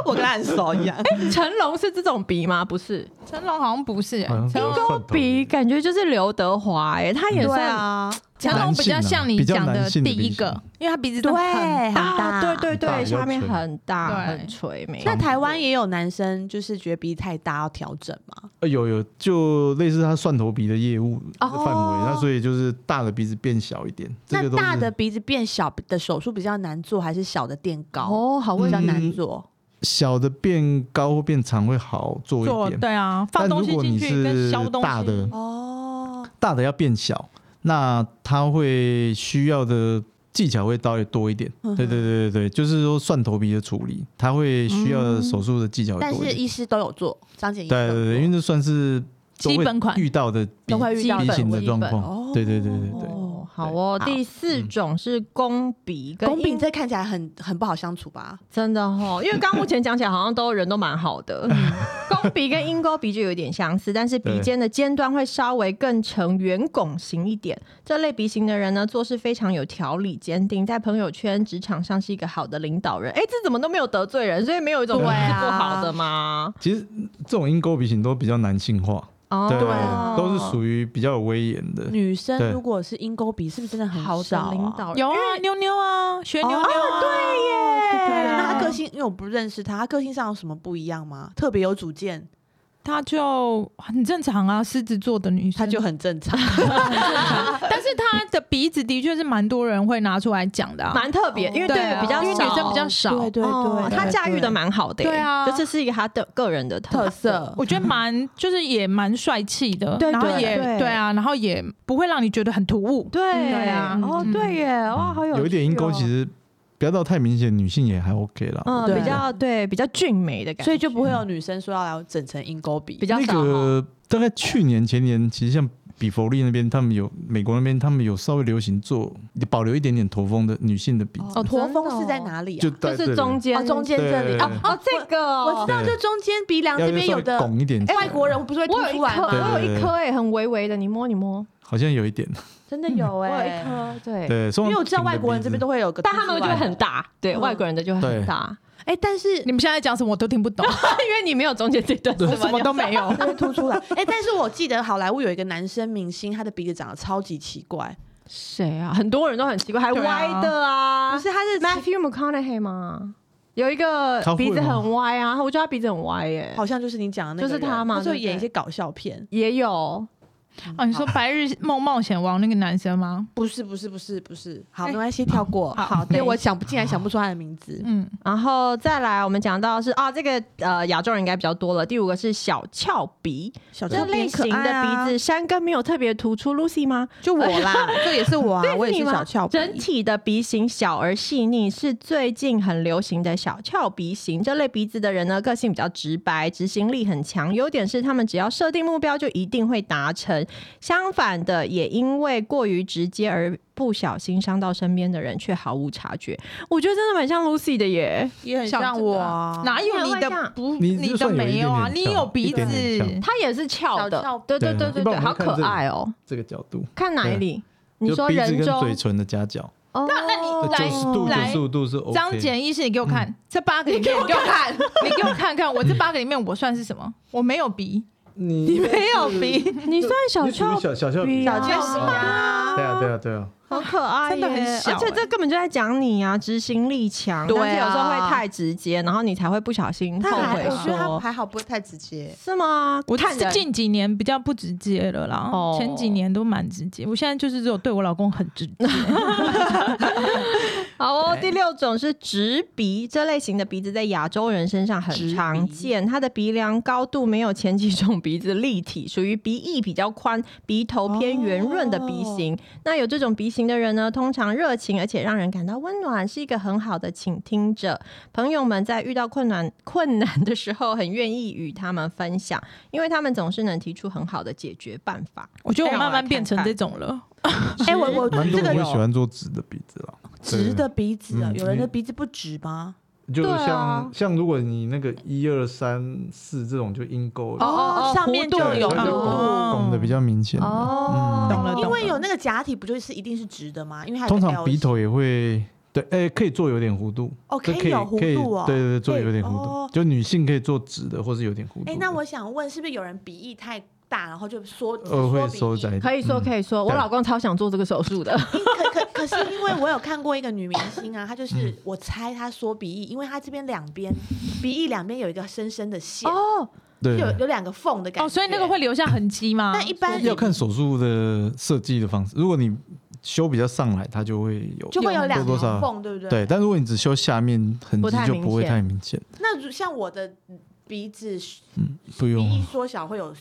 Speaker 4: 我跟他很熟一样。
Speaker 1: 成龙是这种鼻吗？不是，
Speaker 2: 成龙好像不是，
Speaker 3: 好像
Speaker 2: 成龙
Speaker 3: 算吧
Speaker 1: 鼻感觉就是刘德华，哎，他也
Speaker 4: 对
Speaker 1: 算
Speaker 4: 啊，
Speaker 2: 成龙比较像你讲第一个，因为他鼻子真的很
Speaker 4: 对，很大。
Speaker 1: 啊，对对对，
Speaker 3: 很大比较
Speaker 1: 下面
Speaker 3: 垂
Speaker 1: 很大
Speaker 2: 对
Speaker 1: 很垂，没
Speaker 4: 那
Speaker 1: 错
Speaker 4: 台湾也有男生就是觉得鼻太大要调整嘛？
Speaker 3: 呃有有就类似他蒜头鼻的业务的范围，那所以就是大的鼻子变小一点，这
Speaker 4: 那
Speaker 3: 个都
Speaker 4: 大
Speaker 3: 是
Speaker 4: 的鼻子变小的手术比较难做，还是小的垫高
Speaker 1: 哦，好
Speaker 4: 比
Speaker 1: 问
Speaker 4: 较
Speaker 1: 题。
Speaker 4: 难做？
Speaker 3: 小的变高或变长会好做一
Speaker 2: 做
Speaker 3: 点，
Speaker 2: 对啊，放
Speaker 3: 但
Speaker 2: 东
Speaker 3: 如
Speaker 2: 西
Speaker 3: 果
Speaker 2: 进
Speaker 3: 你
Speaker 2: 去跟
Speaker 3: 是
Speaker 2: 消东西
Speaker 3: 大的
Speaker 4: 哦，
Speaker 3: 大的要变小，那它会需要的技巧会稍微多一点。
Speaker 4: 嗯哼
Speaker 3: 对对对对对，就是说蒜头鼻的处理，它会需要的手术的技巧会
Speaker 4: 但
Speaker 3: 多
Speaker 4: 是
Speaker 3: 一点。
Speaker 4: 医师都有做，张姐医
Speaker 3: 对
Speaker 4: 生
Speaker 3: 对对，因为这算是都会
Speaker 2: 基本款
Speaker 3: 遇到的鼻
Speaker 4: 都会遇到
Speaker 3: 鼻
Speaker 4: 的
Speaker 3: 型的
Speaker 1: 基
Speaker 3: 状
Speaker 1: 本
Speaker 3: 况
Speaker 4: 哦。
Speaker 3: 对对对对对，
Speaker 1: 哦，好哦。
Speaker 4: 好
Speaker 1: 第四种是弓鼻，跟
Speaker 4: 公
Speaker 1: 鹰
Speaker 4: 平这看起来很很不好相处吧？
Speaker 1: 真的哦，因为刚目前讲起来好像都人都蛮好 的，
Speaker 4: 嗯
Speaker 1: 弓鼻跟鹰钩鼻就有点相似，但是鼻尖的尖端会稍微更呈圆拱形一点。这类鼻型的人呢，做事非常有条理、坚定，在朋友圈、职场上是一个好的领导人。哎，这怎么都没有得罪人，所以没有一种人
Speaker 4: 对
Speaker 1: 是
Speaker 4: 啊
Speaker 1: 不好的吗？
Speaker 3: 其实这种鹰钩鼻型都比较男性化，
Speaker 1: 哦
Speaker 3: 对，
Speaker 4: 啊
Speaker 3: 都是属于比较有威严的。
Speaker 4: 女
Speaker 3: 对
Speaker 4: 生如果是鹰钩鼻，是不是真的很
Speaker 1: 好
Speaker 4: 少
Speaker 1: 的
Speaker 4: 啊
Speaker 1: 领导人
Speaker 2: 有啊，妞妞啊，学妞妞啊，对耶，
Speaker 4: 对
Speaker 2: 对啊
Speaker 4: 那他个性，因为我不认识他，他个性上有什么不一样吗？特别有主见，
Speaker 2: 她就很正常啊，狮子座的女生，
Speaker 4: 它就很正常。
Speaker 2: 但是她的鼻子的确是蛮多人会拿出来讲的、啊，
Speaker 1: 蛮特别，因为
Speaker 2: 对
Speaker 1: 对比较
Speaker 2: 因为
Speaker 1: 少
Speaker 2: 女生比较少，
Speaker 4: 对对
Speaker 1: 哦
Speaker 4: 对，
Speaker 1: 他
Speaker 4: 对
Speaker 1: 驾驭
Speaker 4: 对
Speaker 1: 的蛮好的耶，
Speaker 2: 对啊
Speaker 1: 就这是一个他的个人的
Speaker 4: 特
Speaker 1: 特
Speaker 4: 色，
Speaker 2: 我觉得蛮就是也蛮帅气的，
Speaker 1: 对
Speaker 2: 然后
Speaker 1: 对
Speaker 2: 也
Speaker 1: 对
Speaker 2: 对啊，然后也不会让你觉得很突兀，
Speaker 1: 对
Speaker 2: 对啊
Speaker 1: 哦
Speaker 2: 嗯
Speaker 1: 对耶，哇，好有
Speaker 3: 有一点
Speaker 1: 趣
Speaker 3: 阴沟，
Speaker 1: 哦
Speaker 3: 其实不要到太明显，女性也还 OK 啦。
Speaker 1: 嗯
Speaker 3: 啊
Speaker 4: 对
Speaker 1: 比较对比较俊美的感觉，
Speaker 4: 所以就不会有女生说要来整成鹰钩鼻
Speaker 1: 比。较
Speaker 3: 那
Speaker 1: 少哦。
Speaker 3: 个大概去年前年，其实像比佛利那边，他们有美国那边，他们有稍微流行做保留一点点驼峰的女性的鼻子，
Speaker 4: 哦，驼
Speaker 1: 真的
Speaker 4: 峰是在
Speaker 1: 哦
Speaker 4: 哪里啊？
Speaker 3: 就
Speaker 1: 就
Speaker 3: 在
Speaker 1: 是中间
Speaker 4: 哦，中间这里
Speaker 3: 对
Speaker 4: 哦
Speaker 1: 哦，这个
Speaker 4: 我
Speaker 1: 哦
Speaker 4: 知道，就中间鼻梁
Speaker 3: 要
Speaker 4: 这边
Speaker 3: 稍
Speaker 4: 有
Speaker 3: 微
Speaker 4: 的哎
Speaker 3: 拱一点起来，
Speaker 4: 外国人不是会凸
Speaker 1: 我有一
Speaker 4: 出
Speaker 1: 颗
Speaker 4: 来，吗？
Speaker 1: 我有
Speaker 3: 对
Speaker 1: 一
Speaker 3: 对
Speaker 1: 颗哎，很微微的，你摸你摸，
Speaker 3: 好像有一点。
Speaker 4: 真的有
Speaker 1: 我有一
Speaker 4: 哎，
Speaker 1: 颗对，
Speaker 3: 对，
Speaker 4: 因
Speaker 3: 因
Speaker 4: 为我知道外国人这边都会有个凸出
Speaker 1: 但
Speaker 4: 来
Speaker 1: 他
Speaker 4: 的，
Speaker 1: 们就会很大，对
Speaker 4: 嗯
Speaker 1: 外国人的就会很
Speaker 3: 对
Speaker 1: 大，
Speaker 4: 哎，但是
Speaker 2: 你们现在讲什么我都听不懂，
Speaker 1: 因为你没有中间这段，
Speaker 2: 我什么都没 有。
Speaker 4: 会凸出来。哎，但是我记得好莱坞有一个男生明星，他的鼻子长得超级奇怪，
Speaker 1: 谁啊？很多人都很奇怪，还
Speaker 2: 对啊
Speaker 1: 歪的啊，
Speaker 4: 不是他是
Speaker 1: Matthew McConaughey 吗？有一个
Speaker 3: 他会
Speaker 1: 鼻子
Speaker 3: 吗
Speaker 1: 很歪啊，我觉得他鼻子很歪耶、
Speaker 4: 好像就是你讲的那个
Speaker 1: 就
Speaker 4: 人，
Speaker 1: 是他嘛
Speaker 4: 就
Speaker 1: 对不对嗯
Speaker 4: 演一些搞笑片。
Speaker 1: 也有
Speaker 2: 哦，你说《白日梦冒险王》那个男生吗？
Speaker 4: 不是不是不是不是，好，
Speaker 2: 哎
Speaker 4: 没关系，跳过。
Speaker 2: 好
Speaker 4: 好，
Speaker 2: 对
Speaker 4: 对我想不竟然想不出他的名字。
Speaker 2: 嗯，
Speaker 1: 然后再来，我们讲到是啊，这个呃亚洲人应该比较多了。第五个是小翘鼻，
Speaker 4: 小
Speaker 1: 这
Speaker 4: 这
Speaker 1: 类型的
Speaker 4: 啊
Speaker 1: 鼻子，山根没有特别突出。Lucy 吗？
Speaker 4: 就我 啦，这也是我啊，我也
Speaker 1: 你
Speaker 4: 是
Speaker 1: 吗
Speaker 4: 小翘鼻。
Speaker 1: 整体的鼻型小而细腻，是最近很流行的小翘鼻型。这类鼻子的人呢，个性比较直白，执行力很强。优点是他们只要设定目标，就一定会达成。相反的，也因为过于直接而不小心伤到身边的人，却毫无察觉。我觉得真的蛮像 Lucy 的耶。
Speaker 4: 也很
Speaker 2: 像
Speaker 4: 像
Speaker 2: 这
Speaker 4: 我
Speaker 2: 个
Speaker 1: 哦
Speaker 4: 啊，
Speaker 2: 哪有
Speaker 1: 你
Speaker 2: 你
Speaker 1: 很
Speaker 2: 的
Speaker 1: 像
Speaker 2: 不
Speaker 3: 你
Speaker 2: 你
Speaker 3: 就
Speaker 2: 的
Speaker 3: 算有一
Speaker 2: 没有啊？
Speaker 3: 点
Speaker 2: 你
Speaker 3: 点
Speaker 2: 有
Speaker 3: 像
Speaker 2: 鼻
Speaker 3: 一点点
Speaker 2: 子
Speaker 3: 像，
Speaker 1: 他也是翘的，
Speaker 4: 小翘鼻
Speaker 1: 对对对
Speaker 3: 对
Speaker 1: 对
Speaker 3: 一般
Speaker 1: 对，
Speaker 3: 我们
Speaker 1: 好
Speaker 3: 看
Speaker 1: 可
Speaker 3: 这里
Speaker 1: 爱哦、
Speaker 3: 这个角度，
Speaker 1: 看哪里？你
Speaker 3: 就
Speaker 1: 说
Speaker 3: 鼻子
Speaker 1: 人
Speaker 3: 跟
Speaker 1: 中
Speaker 3: 嘴，唇的夹角，
Speaker 1: 哦
Speaker 2: 那那你来
Speaker 3: 九十度九
Speaker 2: 来
Speaker 3: 十五度是 OK。嗯
Speaker 2: 张简医师，你给我看这八个里面，你给我 看，你给我看看，我这八个里面我算是什么？我没 有鼻，
Speaker 3: 你
Speaker 2: 没有鼻，
Speaker 1: 你算小
Speaker 3: 你属于
Speaker 1: 翘
Speaker 3: 小小小
Speaker 1: 鼻啊
Speaker 4: 小翘
Speaker 2: 是
Speaker 4: 鼻
Speaker 2: 吗
Speaker 4: 啊，
Speaker 3: 对啊对啊对啊，
Speaker 1: 好可爱耶，
Speaker 2: 真的很小
Speaker 1: 而且
Speaker 2: 欸
Speaker 1: 这根本就在讲你啊，执行力强，
Speaker 4: 对啊
Speaker 1: 但是有时候会太直接，然后你才会不小心后
Speaker 4: 他还
Speaker 1: 悔
Speaker 4: 我觉得他
Speaker 1: 说，
Speaker 4: 还好，不会太直接。
Speaker 1: 是吗？
Speaker 2: 我
Speaker 1: 看
Speaker 2: 是
Speaker 1: 人
Speaker 2: 近几年比较不直接了啦
Speaker 1: 哦，
Speaker 2: 前几年都蛮直接，我现在就是只有对我老公很直接。
Speaker 1: 好哦，
Speaker 2: 对
Speaker 1: 第六种是直鼻，这类型的鼻子在亚洲人身上很
Speaker 4: 直
Speaker 1: 常
Speaker 4: 鼻
Speaker 1: 见。它的鼻梁高度没有前几种鼻子立体，属于鼻翼比较宽、鼻头偏圆润的鼻型。那有这种鼻型的人呢，通常热情而且让人感到温暖，是一个很好的倾听者。朋友们在遇到困难困难的时候，很愿意与他们分享，因为他们总是能提出很好的解决办法。
Speaker 2: 我觉得我
Speaker 1: 让我
Speaker 2: 慢慢
Speaker 1: 来
Speaker 2: 变
Speaker 1: 看
Speaker 2: 成
Speaker 1: 看
Speaker 2: 这种了，
Speaker 4: 哎，我我
Speaker 3: 蛮多
Speaker 4: 这个
Speaker 3: 人会喜
Speaker 4: 有
Speaker 3: 欢做直的鼻子啦，
Speaker 4: 直的鼻子啊，
Speaker 3: 嗯
Speaker 4: 有人的鼻子不直吗？
Speaker 3: 就
Speaker 1: 对啊
Speaker 3: 像像如果你那个一二三四这种就阴沟
Speaker 1: 哦哦
Speaker 4: 上面就
Speaker 1: 弧度
Speaker 4: 有
Speaker 3: 对它就
Speaker 4: 弧
Speaker 2: 哦
Speaker 4: 度。
Speaker 3: 拱的比较明显。
Speaker 1: 哦
Speaker 2: 懂了懂
Speaker 4: 因
Speaker 2: 了
Speaker 4: 为有那个假体，不就是一定是直的吗？因为它有
Speaker 3: 通
Speaker 4: 个
Speaker 3: 常
Speaker 4: L
Speaker 3: 鼻
Speaker 4: 型
Speaker 3: 头也会对，哎，可以做有点弧度
Speaker 4: 哦
Speaker 3: 这
Speaker 4: 可以
Speaker 3: 可以
Speaker 4: 有弧
Speaker 3: 可以
Speaker 4: 度哦
Speaker 3: 对对对，做
Speaker 4: 可以
Speaker 3: 有点弧
Speaker 4: 哦
Speaker 3: 度，就女性可以做直的或是有点弧度的。
Speaker 4: 哎、那我想问，是不是有人鼻翼太大，然后就缩
Speaker 3: 呃会收
Speaker 4: 缩鼻翼？
Speaker 3: 窄，
Speaker 1: 可以说
Speaker 3: 嗯
Speaker 1: 可以说，我
Speaker 3: 对
Speaker 1: 老公超想做这个手术的。
Speaker 4: 可可可是因为我有看过一个女明星啊，她
Speaker 3: 嗯
Speaker 4: 就是我猜她缩鼻翼，因为她这边两边鼻翼两边有一个深深的线，
Speaker 1: 哦，
Speaker 3: 对
Speaker 4: 有有两个缝的感觉。
Speaker 2: 哦，所以那个会。留下痕迹吗？
Speaker 4: 但一般
Speaker 3: 要看手术的设计的方式。如果你修比较上来，它就会有。
Speaker 4: 就会有两
Speaker 3: 多多
Speaker 4: 条
Speaker 3: 少
Speaker 4: 缝，对不对？
Speaker 3: 对，。但如果你只修下面痕
Speaker 1: 不
Speaker 3: 迹
Speaker 1: 太
Speaker 3: 就
Speaker 1: 明
Speaker 3: 不会
Speaker 1: 显
Speaker 3: 太明显，
Speaker 4: 那如像我的鼻子
Speaker 3: 嗯，不
Speaker 4: 鼻
Speaker 3: 用
Speaker 4: 翼
Speaker 3: 啊。
Speaker 4: 缩小，会有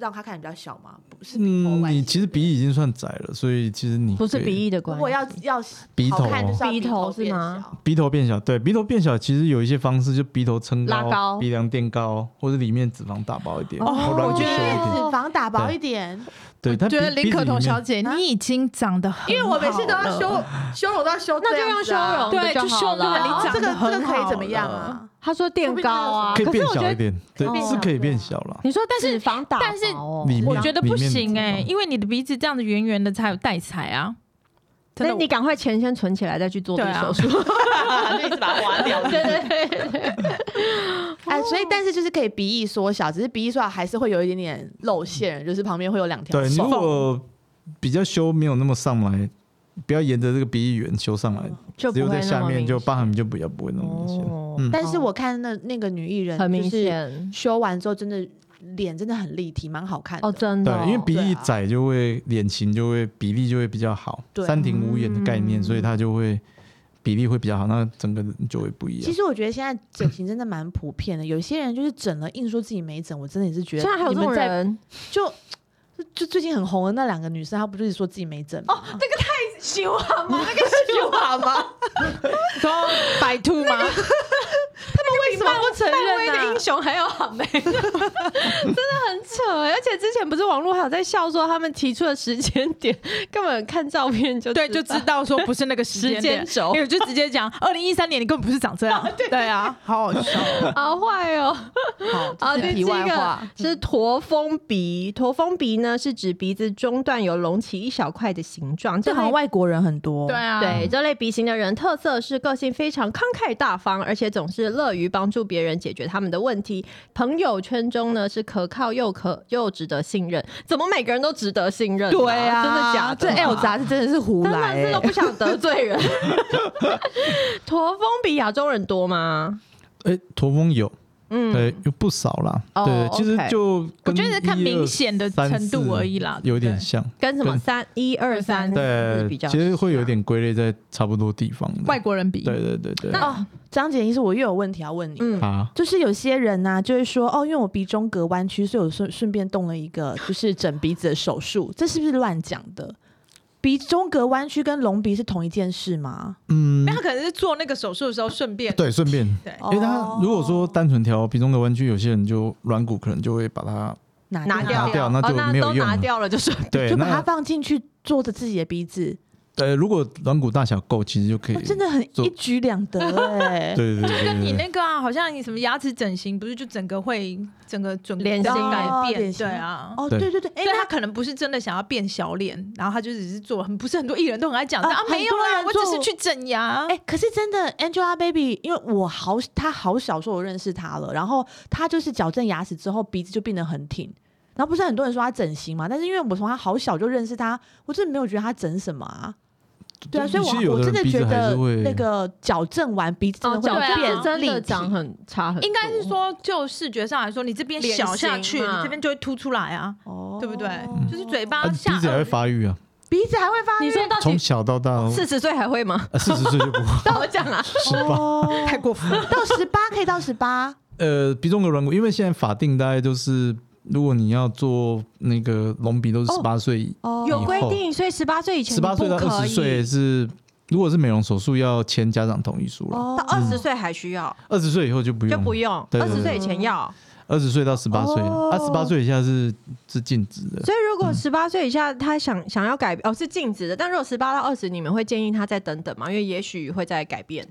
Speaker 4: 让它看起来比较小吗？不是鼻头
Speaker 3: 嗯，
Speaker 4: 外形。
Speaker 3: 你其实鼻已经算窄了，所以其实你
Speaker 1: 不是
Speaker 3: 可以
Speaker 1: 鼻翼的
Speaker 4: 如
Speaker 1: 关系。
Speaker 4: 果要要
Speaker 3: 鼻
Speaker 4: 好看，
Speaker 3: 头
Speaker 4: 就是要
Speaker 1: 鼻头
Speaker 4: 头
Speaker 1: 是
Speaker 4: 变
Speaker 1: 吗
Speaker 4: 小？
Speaker 3: 鼻头变小，对，鼻头变小，其实有一些方式，就鼻头撑高、
Speaker 1: 拉高
Speaker 3: 鼻梁垫高，或者里面脂肪打薄一点，
Speaker 1: 哦
Speaker 3: 或
Speaker 1: 我
Speaker 3: 软
Speaker 1: 觉
Speaker 3: 骨
Speaker 1: 得
Speaker 3: 修一
Speaker 1: 是
Speaker 3: 点。
Speaker 4: 脂肪打薄一点，
Speaker 3: 对，它
Speaker 2: 觉得
Speaker 3: 鼻
Speaker 2: 林可彤小
Speaker 3: 鼻子
Speaker 2: 姐，
Speaker 4: 啊
Speaker 2: 你已经长得很，
Speaker 4: 因为我每次都要修，修容，都要修这
Speaker 1: 那就
Speaker 4: 样
Speaker 1: 用
Speaker 4: 子
Speaker 1: 修
Speaker 4: 啊，
Speaker 1: 容
Speaker 2: 对
Speaker 1: 就
Speaker 2: 就
Speaker 1: 好
Speaker 2: 修容
Speaker 1: 了。
Speaker 2: 啊
Speaker 4: 哦，
Speaker 2: 长
Speaker 4: 这
Speaker 2: 得
Speaker 4: 个这
Speaker 2: 很
Speaker 4: 个可以
Speaker 2: 好
Speaker 4: 怎么样
Speaker 2: 了
Speaker 4: 啊？
Speaker 1: 他说垫高啊，
Speaker 3: 里面可以变
Speaker 1: 是我觉
Speaker 3: 小一
Speaker 1: 得哦
Speaker 3: 点，对
Speaker 4: 变，
Speaker 3: 是
Speaker 4: 小
Speaker 3: 可以
Speaker 4: 对
Speaker 3: 变
Speaker 4: 啊
Speaker 3: 小了。
Speaker 1: 你说
Speaker 2: 但是
Speaker 1: 脂肪打薄
Speaker 2: 但是
Speaker 1: 哦
Speaker 3: 里面
Speaker 2: 我觉得不行
Speaker 3: 里面
Speaker 2: 哎、
Speaker 3: 的脂肪
Speaker 2: 因为你的鼻子这样子圆圆的才有带彩啊。真
Speaker 1: 那
Speaker 2: 的，
Speaker 1: 你赶快钱先存起来，再去做这个
Speaker 2: 对啊
Speaker 1: 手术。
Speaker 4: 就一直把它划掉。
Speaker 1: 对对对，
Speaker 4: 哎，所以但是就是可以鼻翼缩小，只是鼻翼缩小还是会有一点点露馅，就是旁边会有两条
Speaker 3: 对，你如
Speaker 4: 缝。
Speaker 3: 果比较修没有那么上来，不要沿着这个鼻翼缘修上来，
Speaker 1: 就
Speaker 3: 只
Speaker 1: 不
Speaker 3: 有
Speaker 1: 会
Speaker 3: 在
Speaker 1: 那
Speaker 3: 下
Speaker 1: 么
Speaker 3: 面
Speaker 1: 明
Speaker 3: 就
Speaker 1: 显。
Speaker 3: 疤痕就比较不会那么明显。
Speaker 1: 哦
Speaker 3: 嗯
Speaker 4: 但是我看那那个女艺人，
Speaker 1: 很明，显，
Speaker 4: 修完之后真的脸真的很立体，蛮好看的。
Speaker 1: 哦，真的哦、
Speaker 3: 对，因为鼻
Speaker 4: 对
Speaker 3: 翼
Speaker 4: 啊
Speaker 3: 窄就会脸型就会比例就会比较好，
Speaker 4: 对
Speaker 3: 三庭五眼的概念，
Speaker 1: 嗯
Speaker 3: 所以它就会比例会比较好，那整个人就会不一
Speaker 4: 其
Speaker 3: 样。
Speaker 4: 实我觉得现在整形真的蛮普遍的，有些人就是整了硬说自己没整，我真的也是觉得。
Speaker 1: 现在还有这种，人，
Speaker 4: 就就最近很红的那两个女生，她不就是说自己没整吗？哦，
Speaker 1: 修啊吗？
Speaker 4: 有好吗？
Speaker 2: 说白兔吗？
Speaker 4: 为什么不承
Speaker 1: 漫威
Speaker 4: 认啊
Speaker 1: 的
Speaker 4: 呢、
Speaker 1: 英雄还有好妹， 真的很扯欸。而且之前不是网络还有在笑说，他们提出的时间点根本看照片就
Speaker 2: 对，就知道说不是那个时
Speaker 1: 时
Speaker 2: 间
Speaker 1: 间
Speaker 2: 点。哎
Speaker 1: 轴
Speaker 2: 因为我就直接讲，二零一三年你根本不是长这样， 对啊，好好笑。
Speaker 1: 好坏哦。
Speaker 4: 好，
Speaker 1: 啊，
Speaker 4: 这
Speaker 1: 第
Speaker 4: 是
Speaker 1: 一
Speaker 4: 题外
Speaker 1: 个
Speaker 4: 话。
Speaker 1: 是驼峰鼻，驼峰鼻呢是指鼻子中段有隆起一小块的形状，
Speaker 4: 这
Speaker 1: 这
Speaker 4: 好像
Speaker 1: 类。
Speaker 4: 外国人很多，
Speaker 2: 对，啊，
Speaker 1: 对这类鼻型的人，特色是个性非常慷慨大方，而且总是乐于帮助别人解决他们的问题。朋友圈中呢是可靠又可又值得信任，怎么每个人都值得信任、
Speaker 2: 对啊
Speaker 1: 真的假的？
Speaker 4: 这哎 L 杂是真的是胡
Speaker 1: 真
Speaker 4: 来、欸
Speaker 1: 的是都不想得罪人。驼峰比亚洲人多吗？
Speaker 3: 哎，驼峰有，
Speaker 1: 嗯，
Speaker 3: 对，有不少啦。
Speaker 1: 哦
Speaker 3: 对，其实
Speaker 1: OK
Speaker 3: 就
Speaker 2: 我
Speaker 3: 跟
Speaker 2: 觉得是看
Speaker 3: 1
Speaker 2: 明显的程度而已啦，
Speaker 3: 有点
Speaker 2: 对
Speaker 3: 像。
Speaker 1: 跟什么
Speaker 3: 跟
Speaker 1: 三一二三
Speaker 3: 对
Speaker 1: 嗯是比，较
Speaker 3: 其实会有点归类在差不多地方的。
Speaker 2: 外国人比
Speaker 3: 对对对对。
Speaker 1: 那
Speaker 4: 哦，张姐医师，我又有问题要问你。
Speaker 1: 嗯
Speaker 3: 啊，
Speaker 4: 就是有些人呐、就会说哦，因为我鼻中隔弯曲，所以我顺顺便动了一个就是整鼻子的手术，这是不是乱讲的？鼻中隔弯曲跟隆鼻是同一件事吗？
Speaker 3: 嗯
Speaker 2: 那，他可能是做那个手术的时候顺便
Speaker 3: 对，顺便，
Speaker 2: 对
Speaker 4: 哦
Speaker 3: 因为他如果说单纯调鼻中隔弯曲，有些人就软骨可能就会把它
Speaker 4: 拿
Speaker 1: 拿
Speaker 4: 掉
Speaker 1: 掉
Speaker 3: 拿掉那就
Speaker 1: 哦那
Speaker 3: 没有
Speaker 1: 都
Speaker 3: 用
Speaker 1: 拿
Speaker 3: 了
Speaker 1: 掉了，就是
Speaker 3: 对，
Speaker 4: 就把它
Speaker 3: 那
Speaker 4: 放进去做着自己的鼻子，
Speaker 3: 呃，如果软骨大小够，其实就可以
Speaker 4: 哦、。真的很
Speaker 3: 做
Speaker 4: 一举 两得哎、
Speaker 3: 对对对对
Speaker 2: 跟
Speaker 3: 对
Speaker 2: 你
Speaker 3: 对
Speaker 2: 那个啊，好像你什么牙齿整形，不是就整个会整个整
Speaker 1: 脸型
Speaker 2: 改
Speaker 4: 哦脸
Speaker 2: 变？
Speaker 4: 型
Speaker 2: 对啊。
Speaker 4: 哦，
Speaker 3: 对
Speaker 4: 对对对，哎、
Speaker 2: 所以
Speaker 4: 那
Speaker 2: 他可能不是真的想要变小脸，然后他就只是做很不是很多艺人都很爱讲
Speaker 4: 啊
Speaker 2: 这样啊，没有啦，
Speaker 4: 很
Speaker 2: 我
Speaker 4: 多人做
Speaker 2: 只是去整牙。
Speaker 4: 哎、可是真的 Angelababy，因为我好她好小时候我认识她了，然后她就是矫正牙齿之后鼻子就变得很挺，然后不是很多人说她整形嘛，但是因为我从她好小就认识她，我真的没有觉得她整什么啊。对啊，所以
Speaker 3: 其实有
Speaker 4: 我
Speaker 3: 的
Speaker 4: 我真
Speaker 3: 人鼻
Speaker 4: 觉
Speaker 3: 子还
Speaker 4: 得
Speaker 3: 是会
Speaker 4: 那个矫正完鼻子真的
Speaker 1: 哦，角
Speaker 4: 会
Speaker 2: 矫正
Speaker 4: 变
Speaker 2: 啊
Speaker 1: 真的
Speaker 4: 立体
Speaker 1: 长很差很多，
Speaker 2: 应该是说，就视觉上来说，你这边小下去，
Speaker 1: 脸型嘛
Speaker 2: 你这边就会凸出来啊，
Speaker 4: 啊哦
Speaker 2: 对不对？就是嘴
Speaker 3: 啊
Speaker 2: 巴下
Speaker 3: 鼻子也会发育啊，
Speaker 4: 鼻子还会发
Speaker 1: 你说呃到
Speaker 3: 从
Speaker 1: 底
Speaker 3: 小到大，呃
Speaker 1: 四十岁还会吗？
Speaker 3: 四十岁就 不会
Speaker 1: 那我讲啊，
Speaker 3: 十八。
Speaker 4: 哦，
Speaker 2: 太过分了。
Speaker 4: 到十八可以到十八，
Speaker 3: 呃，鼻中隔软骨，因为现在法定大概就是，如果你要做那个隆鼻都是
Speaker 4: 哦
Speaker 3: 十八岁，
Speaker 4: 哦，
Speaker 1: 有规定，所以十八岁以前
Speaker 3: 十八岁到
Speaker 1: 不
Speaker 3: 二
Speaker 1: 可
Speaker 3: 十岁
Speaker 1: 以，
Speaker 3: 是，如果是美容手术要签家长同意书了，
Speaker 4: 哦
Speaker 1: 到二十岁还需要，
Speaker 3: 二十岁以后嗯就不
Speaker 1: 就
Speaker 3: 用，
Speaker 1: 不用，
Speaker 3: 对
Speaker 1: 二
Speaker 3: 对
Speaker 1: 十
Speaker 3: 对
Speaker 1: 岁以前要。
Speaker 3: 二十岁到十八岁，啊
Speaker 4: 哦
Speaker 3: 二十八岁以下是是禁止的。
Speaker 1: 所以如果十八岁以下他想想要改哦是禁止的，但如果十八到二十，你们会建议他再等等吗？因为也许会再改变。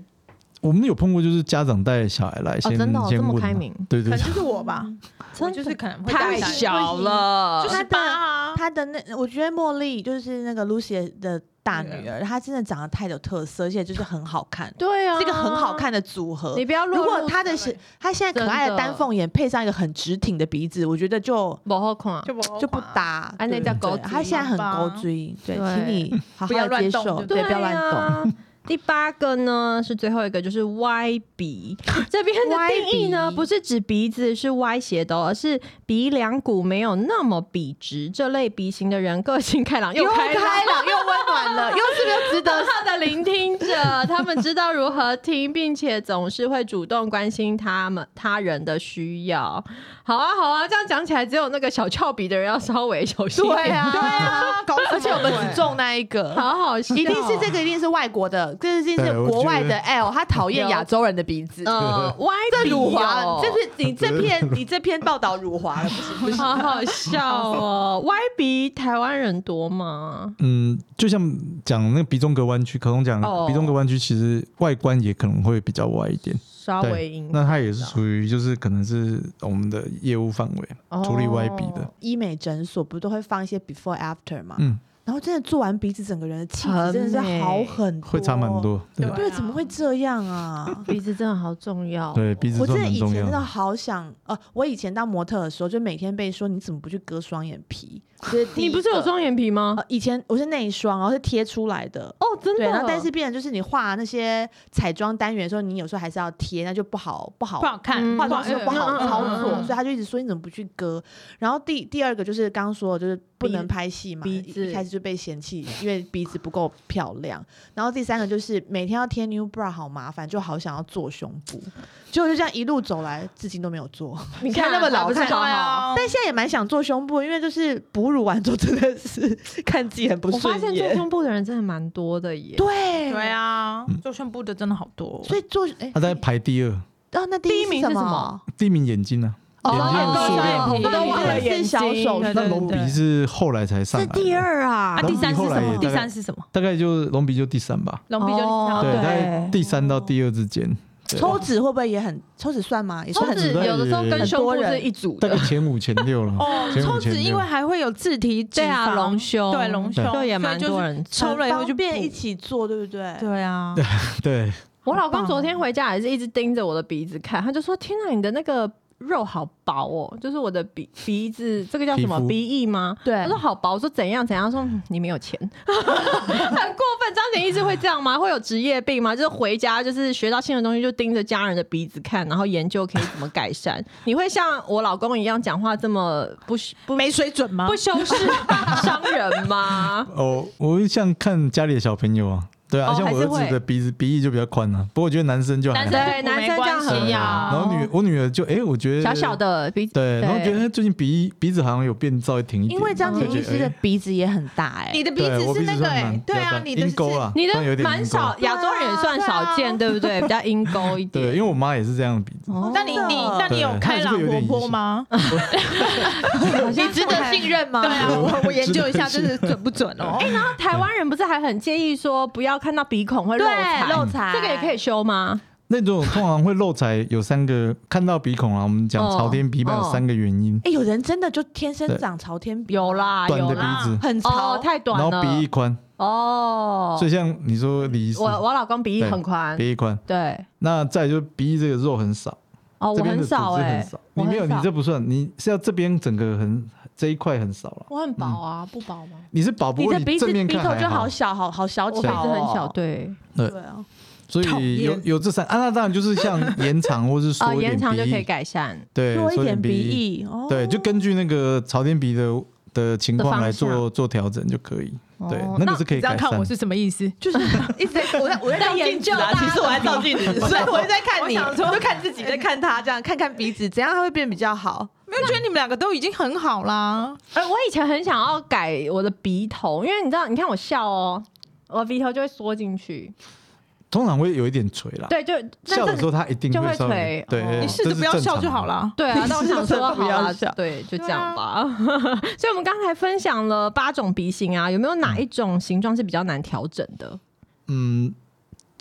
Speaker 3: 我们有碰过，就是家长带小孩来
Speaker 1: 哦
Speaker 3: 先、
Speaker 1: 真的哦
Speaker 3: 先
Speaker 1: 这么
Speaker 3: 问嘛，
Speaker 1: 开明
Speaker 3: 对
Speaker 2: 可能
Speaker 3: 对对，
Speaker 2: 就是我吧，我就是可能会带
Speaker 1: 太
Speaker 2: 一下
Speaker 1: 小了
Speaker 2: 就，是八啊，
Speaker 4: 她的那，我觉得茉莉就是那个 Lucy 的大女儿，她真的长得太有特色，而且就是很好看，
Speaker 1: 啊对啊，
Speaker 4: 是一个很好。看的组合
Speaker 1: 你。不要落
Speaker 4: 如
Speaker 1: 入
Speaker 4: 果她的是她现在可爱的丹凤眼配上一个很直挺的鼻子，我觉得就
Speaker 1: 不好看，啊
Speaker 2: 就不
Speaker 4: 就不搭。
Speaker 1: 哎那叫
Speaker 4: 对
Speaker 1: 狗嘴
Speaker 4: 她现在很勾追，对，
Speaker 1: 对
Speaker 4: 请你好
Speaker 2: 不要
Speaker 4: 好地接
Speaker 2: 乱动
Speaker 4: 受，
Speaker 2: 对
Speaker 4: 对，
Speaker 1: 啊
Speaker 4: 不要乱动。
Speaker 1: 动。 第八个呢是最后一个，就是歪鼻。 这边的
Speaker 4: 歪
Speaker 1: 定义呢，
Speaker 4: 鼻
Speaker 1: 不是指鼻子是歪斜的哦、而是鼻梁骨没有那么笔直。这类鼻型的人个性开朗又开朗，
Speaker 4: 朗又温暖了，又是不是又值得？
Speaker 1: 他的 聆听者，他们知道如何听，并且总是会主动关心他们他人的需要。好啊，好啊，这样讲起来，只有那个小翘鼻的人要稍微小心一点。
Speaker 2: 对啊，搞
Speaker 4: 而且我们只中那一个，
Speaker 1: 好好 笑，
Speaker 4: 一定是这个，一定是外国的，这一定是
Speaker 3: 对我
Speaker 4: 国外
Speaker 3: 觉
Speaker 4: 的
Speaker 3: 得
Speaker 4: L，他讨厌亚洲人的鼻子。
Speaker 1: 呃歪
Speaker 4: 这
Speaker 1: 鼻
Speaker 4: 辱华，
Speaker 1: 哦
Speaker 4: 这是你这篇你这篇报道辱华 了，不行不行。
Speaker 1: 好好笑哦！ 歪鼻台湾人多吗？
Speaker 3: 嗯，就像讲那个鼻中隔弯曲，可能讲
Speaker 1: 哦
Speaker 3: 鼻中隔弯曲，其实外观也可能会比较歪一点。
Speaker 1: 稍微
Speaker 3: 对
Speaker 1: 影，
Speaker 3: 那它也是属于就是可能是我们的业务范围处理歪鼻的
Speaker 1: 哦。
Speaker 4: 医美诊所不都会放一些 before after 吗？
Speaker 3: 嗯，
Speaker 4: 然后真的做完鼻子，整个人的气质
Speaker 1: 很
Speaker 4: 真的是好
Speaker 1: 美？
Speaker 4: 很多，
Speaker 3: 会差蛮。多。对
Speaker 2: 对
Speaker 4: 对，
Speaker 2: 啊
Speaker 4: 怎么会这样啊
Speaker 1: 鼻子真的好重要哦、
Speaker 3: 对，鼻子
Speaker 4: 我真
Speaker 3: 算
Speaker 4: 的
Speaker 3: 蛮
Speaker 4: 以
Speaker 3: 重
Speaker 4: 前
Speaker 3: 要
Speaker 4: 真的
Speaker 3: 的。
Speaker 4: 好想，呃，我以前当模特的时候，就每天被说你怎么不去割双眼皮？这第
Speaker 1: 你
Speaker 4: 一
Speaker 1: 不是有
Speaker 4: 个
Speaker 1: 双眼皮吗？
Speaker 4: 呃，以前我是内双，然后是贴出来的。
Speaker 1: 哦，真的。
Speaker 4: 对，然后但是变成就是你画那些彩妆单元的时候，你有时候还是要贴，那就不好不好
Speaker 2: 不好看
Speaker 1: 嗯，
Speaker 4: 化妆师又不好
Speaker 1: 嗯
Speaker 4: 操
Speaker 1: 嗯嗯
Speaker 4: 作，
Speaker 1: 嗯
Speaker 4: 所以他就一直说你怎么不去割。然后第第二个就是刚刚说的，就是不能拍戏嘛，
Speaker 1: 鼻
Speaker 4: 一
Speaker 1: 鼻子
Speaker 4: 一开始就被嫌弃，因为鼻子不够漂亮。然后第三个就是每天要贴 new bra 好麻烦，就好想要做胸部，结果就这样一路走来，至今都没有做。
Speaker 1: 你
Speaker 4: 看那么老
Speaker 1: 还不是
Speaker 4: 看
Speaker 1: 搞
Speaker 2: 对
Speaker 1: 好。
Speaker 2: 啊，
Speaker 4: 但现在也蛮想做胸部，因为就是哺乳完之后真的是 看自己很不
Speaker 1: 我发
Speaker 4: 顺
Speaker 1: 现做
Speaker 4: 眼。
Speaker 1: 胸部的人真的蛮多的耶。
Speaker 4: 对
Speaker 2: 对，啊
Speaker 3: 嗯，
Speaker 2: 做胸部的真的好多，
Speaker 4: 所以做哎，
Speaker 3: 他在排第二，
Speaker 4: 啊，那第
Speaker 1: 第一名
Speaker 4: 是
Speaker 1: 是
Speaker 4: 什
Speaker 1: 什
Speaker 4: 么
Speaker 1: 么？
Speaker 3: 第一名眼睛呢？
Speaker 4: 哦
Speaker 3: 眼睛的数量哦
Speaker 2: 我
Speaker 3: 很
Speaker 2: 们都
Speaker 3: 多
Speaker 2: 忘了
Speaker 3: 对
Speaker 4: 眼睛小手
Speaker 2: 对
Speaker 4: 术
Speaker 2: 对
Speaker 3: 那隆鼻是后来才上
Speaker 1: 是
Speaker 3: 来的，
Speaker 1: 第二啊
Speaker 2: 啊，，第三是
Speaker 3: 后
Speaker 2: 什
Speaker 3: 来也
Speaker 2: 么？
Speaker 3: 大
Speaker 2: 第
Speaker 3: 概
Speaker 2: 三是什么？
Speaker 3: 大概就是隆鼻就第三吧，
Speaker 2: 隆鼻就
Speaker 1: 哦
Speaker 3: 对，
Speaker 1: 对
Speaker 3: 大概第三到第二之间，对啊
Speaker 4: 抽脂会不会也很抽脂算吗？也算
Speaker 1: 抽
Speaker 4: 很
Speaker 1: 脂
Speaker 3: 多
Speaker 1: 有的时候跟胸部是一组
Speaker 3: 大
Speaker 1: 的
Speaker 3: 概，前五前六了。
Speaker 2: 哦，
Speaker 3: 前五
Speaker 2: 抽
Speaker 3: 前
Speaker 2: 脂
Speaker 3: 六
Speaker 2: 因为还会有自体脂
Speaker 1: 对啊，
Speaker 2: 肪
Speaker 1: 隆胸，
Speaker 2: 对隆胸，
Speaker 1: 对也
Speaker 2: 所以
Speaker 1: 蛮
Speaker 2: 就是
Speaker 1: 多人
Speaker 2: 抽了以后就
Speaker 4: 变
Speaker 2: 变
Speaker 4: 一
Speaker 2: 一起，
Speaker 4: 起做，对不对？
Speaker 2: 对啊，
Speaker 3: 对，
Speaker 1: 我老公
Speaker 3: 哦
Speaker 2: 棒
Speaker 1: 昨天回家也是一直盯着我的鼻子看，他就说：“天哪，你的那个肉好薄哦，就是我的鼻 鼻子，这个叫什么
Speaker 3: 皮肤
Speaker 1: 鼻翼吗？”
Speaker 4: 对
Speaker 1: 他说好薄，我说怎样怎样，他说嗯你没有钱， 很过分。张婷一直会这样吗？会有职业病吗？就是回家就是学到新的东西就盯着家人的鼻子看，然后研究可以怎么改善。你会像我老公一样讲话这么不不
Speaker 2: 没水准吗
Speaker 3: 啊
Speaker 1: 不？修饰伤人吗？
Speaker 3: 哦，我像看家里的小朋友啊，对啊，
Speaker 1: 哦
Speaker 3: 像
Speaker 1: 还
Speaker 3: 我儿
Speaker 1: 是
Speaker 3: 子的
Speaker 1: 会
Speaker 3: 鼻子鼻翼就比较宽啊，不过我觉得男生就还
Speaker 2: 男
Speaker 3: 好
Speaker 2: 生
Speaker 1: 对男生这样很
Speaker 2: 没关系啊
Speaker 1: 好
Speaker 3: 然后女我女儿 就哎，我觉得
Speaker 1: 小小的鼻子，
Speaker 3: 对，然后觉得她最近鼻翼鼻子好像有变稍微挺一点，
Speaker 4: 因为张
Speaker 3: 就
Speaker 4: 杰医
Speaker 3: 觉得
Speaker 4: 师的
Speaker 3: 哎
Speaker 4: 鼻子也很大哎，
Speaker 2: 你的鼻
Speaker 3: 对
Speaker 2: 子
Speaker 3: 我
Speaker 2: 是
Speaker 3: 鼻
Speaker 2: 那
Speaker 3: 子
Speaker 2: 个
Speaker 3: 算
Speaker 2: 哎
Speaker 3: 蛮，
Speaker 2: 对
Speaker 3: 比较
Speaker 2: 啊，
Speaker 3: 大
Speaker 2: 你的
Speaker 3: 鹰钩啦
Speaker 2: 是
Speaker 1: 你
Speaker 3: 算有
Speaker 1: 的
Speaker 3: 点啊
Speaker 1: 蛮
Speaker 3: 鹰钩
Speaker 1: 少，亚洲人也算少见，对不对？比较阴沟一点。
Speaker 3: 对，因为我妈也是这样的鼻子，
Speaker 1: 哦
Speaker 2: 那你你那你有
Speaker 3: 对
Speaker 2: 开朗活泼吗？
Speaker 4: 你值得信任吗？
Speaker 2: 对啊，我我研究一下，
Speaker 3: 是
Speaker 2: 这是准不准哦？哎，
Speaker 1: 台湾人不是还很介意说不要看到鼻孔会漏
Speaker 4: 对，
Speaker 1: 财，
Speaker 4: 漏财
Speaker 1: 这个也可以。修吗？
Speaker 3: 那种通常会漏财有三个，看到鼻孔啊，我们讲
Speaker 1: 哦
Speaker 3: 朝天鼻板有三个原因，
Speaker 4: 哎，有人真的就天生长朝天鼻，
Speaker 1: 有，啦，
Speaker 3: 短
Speaker 1: 哎有
Speaker 3: 的
Speaker 1: 啦，
Speaker 3: 鼻子，
Speaker 4: 很
Speaker 1: 哦，
Speaker 4: 潮。
Speaker 1: 太短
Speaker 3: 然后
Speaker 1: 了，
Speaker 3: 鼻翼宽，
Speaker 1: 哦
Speaker 3: 所，以像你说李医师
Speaker 1: 我我老公鼻翼很宽，
Speaker 3: 鼻翼宽，
Speaker 1: 对，
Speaker 3: 那再来就是鼻翼这个肉很少，
Speaker 1: 哦，
Speaker 3: 这
Speaker 1: 我
Speaker 3: 边的
Speaker 1: 很
Speaker 3: 组织
Speaker 1: 少
Speaker 3: 很
Speaker 1: 哎
Speaker 3: 少，，
Speaker 1: 我
Speaker 3: 你没有，
Speaker 1: 很
Speaker 3: 你
Speaker 1: 少
Speaker 3: 这不算，你是要这边整个很这一块很少了，
Speaker 1: 我很薄啊，不薄吗？
Speaker 3: 你是保不
Speaker 4: 你
Speaker 3: 过
Speaker 4: 的鼻子
Speaker 3: 正面
Speaker 4: 鼻
Speaker 3: 看
Speaker 4: 头
Speaker 3: 还
Speaker 4: 就好小，好好小
Speaker 1: 我
Speaker 4: 巧，
Speaker 1: 鼻子很小，。
Speaker 3: 哦
Speaker 1: 对，
Speaker 4: 对啊，
Speaker 3: 所
Speaker 2: 讨
Speaker 3: 以
Speaker 2: 厌
Speaker 3: 有有这三啊，那当然就是像延长或是缩
Speaker 1: 呃，
Speaker 3: 一点
Speaker 1: 延长就可以
Speaker 3: 鼻翼，
Speaker 1: 改善，
Speaker 3: 对，
Speaker 4: 多一
Speaker 3: 缩
Speaker 4: 点鼻
Speaker 3: 翼，
Speaker 4: 翼，哦
Speaker 3: 对，就根据那个朝天鼻的的情
Speaker 1: 的
Speaker 3: 况
Speaker 1: 方
Speaker 3: 来做
Speaker 1: 向
Speaker 3: 做调整就可以，对
Speaker 1: 哦，
Speaker 3: 那
Speaker 1: 那
Speaker 3: 个是可以
Speaker 2: 你这
Speaker 3: 改
Speaker 2: 样看
Speaker 3: 善
Speaker 2: 我。是什么意思？
Speaker 4: 就是一直在我在我在照
Speaker 1: 在
Speaker 4: 镜子啊，
Speaker 1: 研究大家
Speaker 4: 其实我在照镜 子，所以我在看你，
Speaker 2: 我想说
Speaker 4: 就看自己，在看他，这样看看鼻子，怎样他会变比较好？
Speaker 2: 没有觉得你们两个都已经很好啦，
Speaker 1: 哎，我以前很想要改我的鼻头，因为你知道，你看我笑哦，我的鼻头就会缩进去，
Speaker 3: 通常会有一点垂啦，
Speaker 1: 对，就
Speaker 3: 啊笑的时候它一定
Speaker 1: 就会
Speaker 3: 稍微
Speaker 1: 垂
Speaker 3: 对，
Speaker 1: 哦
Speaker 3: 对啊
Speaker 2: 你试着不要笑就好。了。
Speaker 1: 对啊，
Speaker 4: 你
Speaker 1: 但我
Speaker 4: 是
Speaker 1: 想
Speaker 4: 真
Speaker 1: 说
Speaker 4: 的不
Speaker 1: 好
Speaker 4: 要
Speaker 1: 啦
Speaker 4: 笑，
Speaker 1: 对，就这样吧。 所以，我们刚才分享了八种鼻型啊，有没有哪一种形状是比较难调整的？
Speaker 3: 这是正常嗯，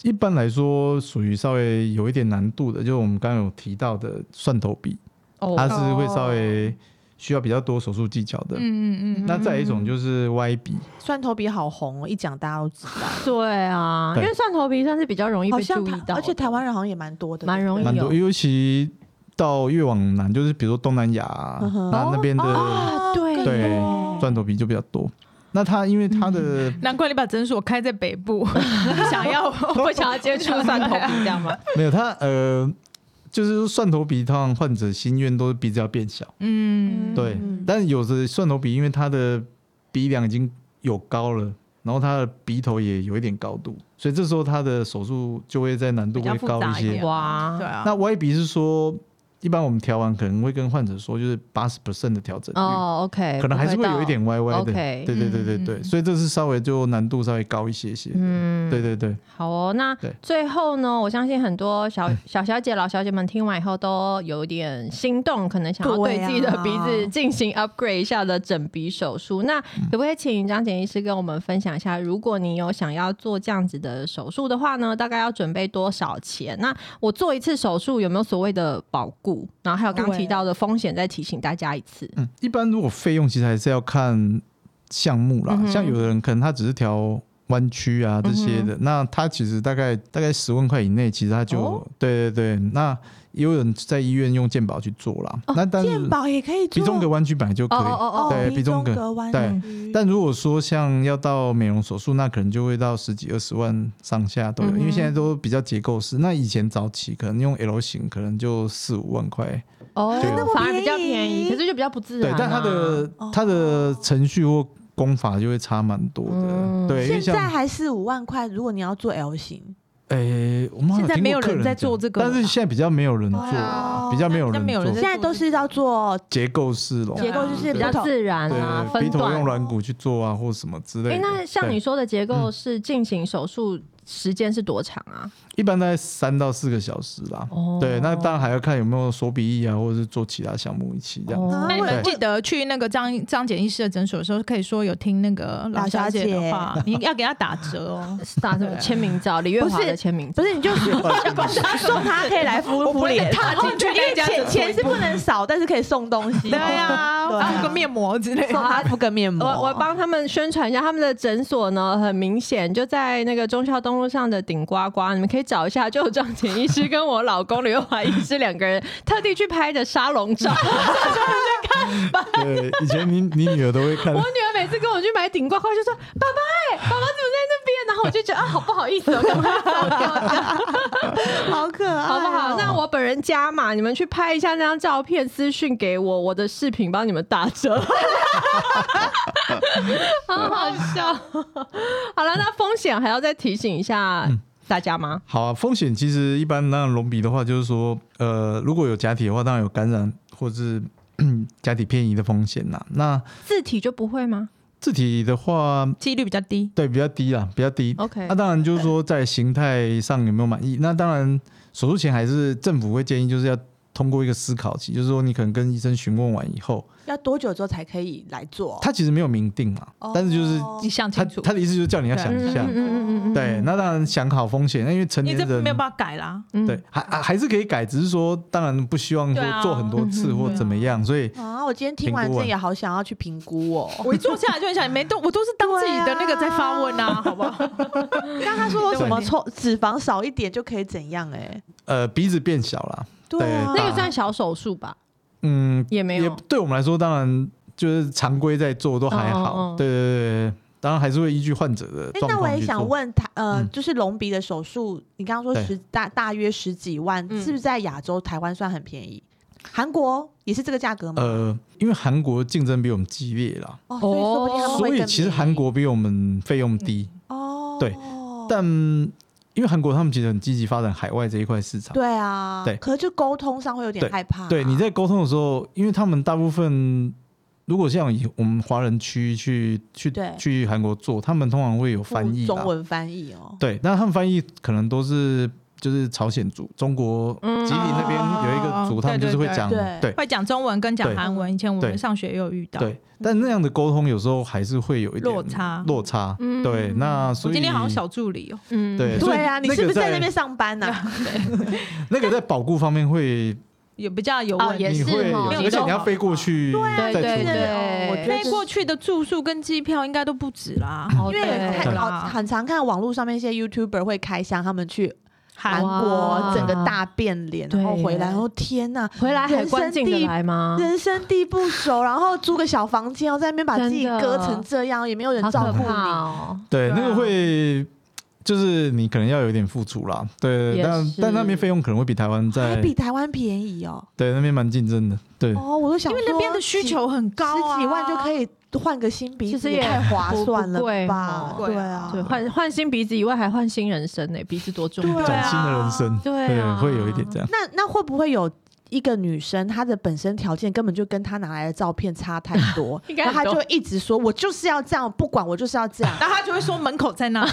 Speaker 3: 一般来说属于稍微有一点难度的，就是我们刚刚有提到的蒜头鼻，
Speaker 1: 哦
Speaker 3: 它是会稍微需要比较多手术技巧的。
Speaker 2: 哦嗯嗯嗯，
Speaker 3: 那再有一种就是歪鼻，
Speaker 4: 蒜头鼻好红哦，一讲大家都知道，
Speaker 1: 对啊，因
Speaker 3: 对
Speaker 1: 为蒜头鼻算是比较容易
Speaker 4: 好
Speaker 1: 被
Speaker 4: 像
Speaker 1: 注意
Speaker 4: 台
Speaker 1: 到，
Speaker 4: 而且台湾人好像也蛮多的，
Speaker 1: 蛮
Speaker 2: 嗯
Speaker 1: 容易
Speaker 3: 蛮
Speaker 1: 有
Speaker 2: 哎
Speaker 3: 多，尤其到越往南，就是比如说东南亚啊、
Speaker 4: 嗯哼
Speaker 3: 那那边
Speaker 2: 哦
Speaker 3: 的
Speaker 1: 啊，对
Speaker 3: 对
Speaker 1: 耶
Speaker 3: 蒜头鼻就比较多。那它因为它的
Speaker 2: 难怪你把诊所开在北部，不想要
Speaker 1: 不想要接触蒜头鼻，这样吗？
Speaker 3: 没有它呃，就是说蒜头鼻，通常患者心愿都是鼻子要变小。
Speaker 2: 嗯，
Speaker 3: 对，
Speaker 4: 嗯
Speaker 3: 但有的蒜头鼻，因为它的鼻梁已经有高了，然后它的鼻头也有一点高度，所以这时候它的手术就会在难度
Speaker 2: 比较
Speaker 3: 会
Speaker 2: 复
Speaker 3: 高
Speaker 2: 杂
Speaker 3: 些。
Speaker 2: 点
Speaker 1: 哇
Speaker 2: 对啊，
Speaker 3: 那歪鼻是说，一般我们调完可能会跟患者说，就是八十 percent 的调整率，
Speaker 1: 哦，OK，
Speaker 3: 可能还是会
Speaker 1: 不
Speaker 3: 有一点歪歪的。
Speaker 1: OK
Speaker 3: 对对对对
Speaker 2: 嗯
Speaker 3: 对，
Speaker 2: 嗯
Speaker 3: 所以这是稍微就难度稍微高一些些。
Speaker 1: 嗯
Speaker 3: 对对对，
Speaker 1: 好哦，那
Speaker 3: 对嗯
Speaker 1: 最后呢，我相信很多小小小姐、老小姐们听完以后都有点心动，可能想要对
Speaker 4: 对啊
Speaker 1: 自己的鼻子进 行
Speaker 3: 啊
Speaker 1: upgrade 一下的整鼻手术。那
Speaker 3: 嗯
Speaker 1: 可不可以请张简医师跟我们分享一下，如果你有想要做这样子的手术的话呢，大概要准备多少钱？那我做一次手术有没有所谓的保固？然后还有刚刚
Speaker 4: 对
Speaker 1: 提到的风险，再提醒大家一次。
Speaker 3: 嗯，一般如果费用其实还是要看项目啦
Speaker 1: 嗯，哼
Speaker 3: 像有的人可能他只是调弯曲啊这些
Speaker 1: 嗯
Speaker 3: 的，那他其实大概大概十万块以内，其实他就、
Speaker 1: 哦
Speaker 3: 对对对，那也有人在医院用健保去做啦，那但是
Speaker 4: 健保也可以
Speaker 3: 鼻
Speaker 4: 做
Speaker 3: 中隔弯曲本来就可以，
Speaker 1: 哦哦哦哦，
Speaker 3: 对
Speaker 4: 鼻
Speaker 3: 鼻中
Speaker 4: 中
Speaker 3: 隔
Speaker 4: 隔弯
Speaker 3: 对
Speaker 4: 曲
Speaker 3: 但如果说像要到美容手术，那可能就会到十几二十万上下都有，因
Speaker 1: 嗯哼
Speaker 3: 为现在都比较结构式。那以前早期可能用 L 型，可能就四五万块，
Speaker 1: 哦
Speaker 3: 对那
Speaker 4: 么
Speaker 1: 反而比较
Speaker 4: 便
Speaker 1: 便
Speaker 4: 宜
Speaker 1: 宜，可是就比较不自然
Speaker 3: 对
Speaker 1: 啊。，
Speaker 3: 但它的
Speaker 4: 哦
Speaker 3: 它的程序或功法就会差蛮多
Speaker 1: 嗯
Speaker 3: 的。对，因为
Speaker 4: 现
Speaker 3: 像
Speaker 4: 在还四五万块，如果你要做 L 型，
Speaker 3: 诶，我们好
Speaker 2: 现
Speaker 3: 像
Speaker 2: 在
Speaker 3: 听
Speaker 2: 没
Speaker 3: 过
Speaker 2: 有
Speaker 3: 客
Speaker 2: 人在做这个
Speaker 3: 但是现在比较没有人做
Speaker 4: 对
Speaker 3: 啊，
Speaker 4: 啊
Speaker 3: 比较没有
Speaker 2: 现在
Speaker 3: 人
Speaker 2: 没有人
Speaker 4: 现
Speaker 3: 做
Speaker 2: 在
Speaker 4: 在都是要
Speaker 1: 哦
Speaker 4: 做
Speaker 3: 结构式隆，
Speaker 4: 结构，就是
Speaker 1: 比
Speaker 4: 比
Speaker 1: 较
Speaker 4: 较
Speaker 1: 自然啊，
Speaker 3: 对，
Speaker 1: 分
Speaker 3: 鼻头用
Speaker 1: 段。
Speaker 3: 软骨去做啊，或什么之类
Speaker 1: 哎，
Speaker 3: 的。
Speaker 1: 那像
Speaker 3: 对
Speaker 1: 你说的结构是进行手术时间是多长啊？
Speaker 3: 一般大概三到四个小时啦。
Speaker 1: 哦
Speaker 3: 对，那当然还要看有没有锁鼻翼啊，或者是做其他项目一起这样。
Speaker 1: 哦
Speaker 2: 那你们
Speaker 3: 对
Speaker 2: 记得去那个张张简医师的诊所的时候，可以说有听那个老小姐的话，你要给她打折 哦。
Speaker 1: 是打什么签名照？李月华的签名照
Speaker 4: 不是，你就送他可以来敷敷脸，
Speaker 2: 踏进去那一家诊
Speaker 4: 钱
Speaker 2: 所
Speaker 4: 钱是不能少，但是可以送东西。
Speaker 2: 对呀，
Speaker 4: 对啊
Speaker 2: 然后个面膜之类
Speaker 4: 送
Speaker 2: 的。
Speaker 4: 他敷个面膜。
Speaker 1: 我我帮他们宣传一下，他们的诊所呢，很明显就在那个忠孝东路上的顶呱呱，你们可以找一下，就有张简医师跟我老公刘月华医师两个人特地去拍的沙龙 照。
Speaker 3: 对，以前你你女儿都会看
Speaker 1: 我女儿每次跟我去买顶呱呱，就说：“爸爸、哎，爸爸怎么在那边？”然后我就觉得啊，好不好意思哦，赶快走掉，这样
Speaker 4: 好可爱哦，
Speaker 1: 好不好？那我本人加码，你们去拍一下那张照片，私讯给我，我的视频帮你们打折。 好好笑。 好了，那风险还要再提醒一下大家吗？
Speaker 3: 好啊，风险其实一般，那隆鼻的话，就是说，呃，如果有假体的话，当然有感染或是嗯假体偏移的风险啦。那
Speaker 1: 字体就不会吗
Speaker 3: 自体的话，
Speaker 2: 几率比较低，
Speaker 3: 对，比较低啦，比较低。
Speaker 1: 哦？OK，
Speaker 3: 那、当然就是说，在形态上有没有满意？那当然，手术前还是政府会建议，就是要通过一个思考期，就是说你可能跟医生询问完以后，
Speaker 4: 要多久之后才可以来做？
Speaker 3: 他其实没有明定嘛，但是就是
Speaker 4: 哦
Speaker 2: 你想
Speaker 3: 他
Speaker 2: 清楚，
Speaker 3: 他的意思就是叫你要想一下，
Speaker 1: 嗯
Speaker 3: 对，那当然想好风险，那因为成
Speaker 2: 你这
Speaker 3: 年人
Speaker 2: 没有办法改啦。
Speaker 1: 嗯
Speaker 3: 对，还还还是可以改，只是说当然不希望
Speaker 2: 对啊
Speaker 3: 说做很多次
Speaker 1: 嗯
Speaker 3: 或怎么样，所以
Speaker 4: 啊，我今天听完
Speaker 3: 评估
Speaker 4: 这
Speaker 3: 完
Speaker 4: 也好想要去评估哦。
Speaker 2: 我一坐下来就很想，没动，我都是当自己的那个在发问 啊，好不好？
Speaker 4: 刚他说我什么
Speaker 2: 对
Speaker 4: 抽脂肪少一点就可以怎样？哎，
Speaker 3: 呃鼻子变小了，
Speaker 4: 啊
Speaker 3: 对
Speaker 1: 那个算小手术吧？
Speaker 3: 嗯，
Speaker 1: 也没
Speaker 3: 也
Speaker 1: 有。
Speaker 3: 对我们来说当然就是常规在做都
Speaker 1: 嗯嗯
Speaker 3: 还
Speaker 1: 嗯
Speaker 3: 好，对对对，当然还是会依据患者的
Speaker 4: 哎，
Speaker 3: 状
Speaker 4: 那我
Speaker 3: 况
Speaker 4: 也
Speaker 3: 去
Speaker 4: 想
Speaker 3: 做。
Speaker 4: 问他，呃，
Speaker 3: 嗯
Speaker 4: 就是隆鼻的手术，你刚刚说
Speaker 3: 对
Speaker 4: 十大大约十几万，
Speaker 1: 嗯
Speaker 4: 是不是在亚洲台湾算很便宜？韩国也是这个价格吗？
Speaker 3: 呃，因为韩国竞争比我们激烈啦，
Speaker 4: 哦，所以说不定他们会
Speaker 3: 呃所以
Speaker 4: 更
Speaker 3: 其实
Speaker 4: 便宜
Speaker 3: 韩国比我们费用低，
Speaker 4: 哦，
Speaker 3: 对，啊但因为韩国他们其实很积极发展海外这一块市场。
Speaker 4: 对啊，
Speaker 3: 对
Speaker 4: 可是就沟通上会有点害怕、啊
Speaker 3: 对，你在沟通的时候，因为他们大部分如果像以我们华人区去去
Speaker 4: 对
Speaker 3: 去韩国做，他们通常会有
Speaker 4: 附
Speaker 3: 翻译啦
Speaker 4: 中文翻译哦，
Speaker 3: 对，那他们翻译可能都是就是朝鲜族，中国
Speaker 1: 嗯
Speaker 3: 吉林那边有一个
Speaker 2: 哦
Speaker 3: 族，他们
Speaker 2: 对
Speaker 3: 就是会讲
Speaker 4: 对对
Speaker 3: 对
Speaker 2: 会讲中文跟讲
Speaker 3: 对
Speaker 2: 韩文，以前我们
Speaker 3: 对
Speaker 2: 上学也有遇到。
Speaker 3: 对，但那样的沟通有时候还是会有一点
Speaker 2: 落差
Speaker 3: 落差。
Speaker 1: 嗯
Speaker 3: 对，那所
Speaker 2: 我
Speaker 3: 以
Speaker 2: 今天好像小助理哦，
Speaker 1: 嗯
Speaker 3: 对所以
Speaker 4: 对啊，你
Speaker 3: 那
Speaker 4: 是不
Speaker 3: 个
Speaker 4: 是在
Speaker 3: 在
Speaker 4: 那边上班呐、 啊？
Speaker 3: 那个在保固方面会
Speaker 2: 也比较有
Speaker 1: 哦
Speaker 2: 问
Speaker 1: 也
Speaker 2: 题。
Speaker 3: 你
Speaker 1: 是
Speaker 3: 会有，
Speaker 1: 哦
Speaker 3: 而且你要飞过去
Speaker 1: 啊
Speaker 3: 再处
Speaker 1: 对
Speaker 3: 理。
Speaker 1: 对哎
Speaker 4: 哦我觉得
Speaker 2: 飞过去的住宿跟机票应该都不止啦，
Speaker 1: 哦
Speaker 4: 因为
Speaker 1: 对
Speaker 4: 看好
Speaker 2: 啦
Speaker 4: 很常看网络上面一些 YouTuber 会开箱他们去韩
Speaker 2: 韩
Speaker 1: 哇
Speaker 4: 国整个大变脸，然后
Speaker 1: 对
Speaker 4: 回
Speaker 1: 耶
Speaker 4: 来，然后天呐、
Speaker 1: 回来海关进得来吗？
Speaker 4: 人生地不 熟，然后租个小房间，然后在那边把自己
Speaker 1: 真的
Speaker 4: 割成这样，也没有人
Speaker 1: 好
Speaker 4: 照
Speaker 1: 可
Speaker 4: 顾你。
Speaker 1: 怕哦！
Speaker 3: 对，
Speaker 2: 对
Speaker 3: 那
Speaker 2: 啊
Speaker 3: 个会就是你可能要有一点付出啦，对
Speaker 1: 也，
Speaker 3: 但
Speaker 1: 是
Speaker 3: 但那边费用可能会比台湾
Speaker 4: 还
Speaker 3: 在
Speaker 4: 比台湾便宜哦！
Speaker 3: 对那边蛮竞争的，对，
Speaker 4: 哦，我都想
Speaker 2: 因为那边的需
Speaker 4: 求。
Speaker 2: 求很高啊，
Speaker 4: 十几万就可以换个新鼻
Speaker 1: 其实
Speaker 4: 子，
Speaker 1: 也
Speaker 4: 太划
Speaker 1: 不
Speaker 4: 算了
Speaker 1: 不贵
Speaker 4: 吧
Speaker 1: 哦？
Speaker 2: 不贵
Speaker 4: 对
Speaker 2: 啊。
Speaker 4: 啊，
Speaker 1: 对，换换新鼻子以外，还换新人生呢、鼻子多重
Speaker 4: 对
Speaker 1: 要。
Speaker 3: 崭新的人生，
Speaker 1: 啊对啊，
Speaker 3: 会有一点这样。
Speaker 4: 那那会不会有一个女生，她的本身条件根本就跟她拿来的照片差太 多
Speaker 1: 应该
Speaker 4: 然后
Speaker 1: 很
Speaker 4: 她
Speaker 1: 多
Speaker 4: 就一直说我就是要这样，不管我就是要这样
Speaker 2: 那他就会说门口在那，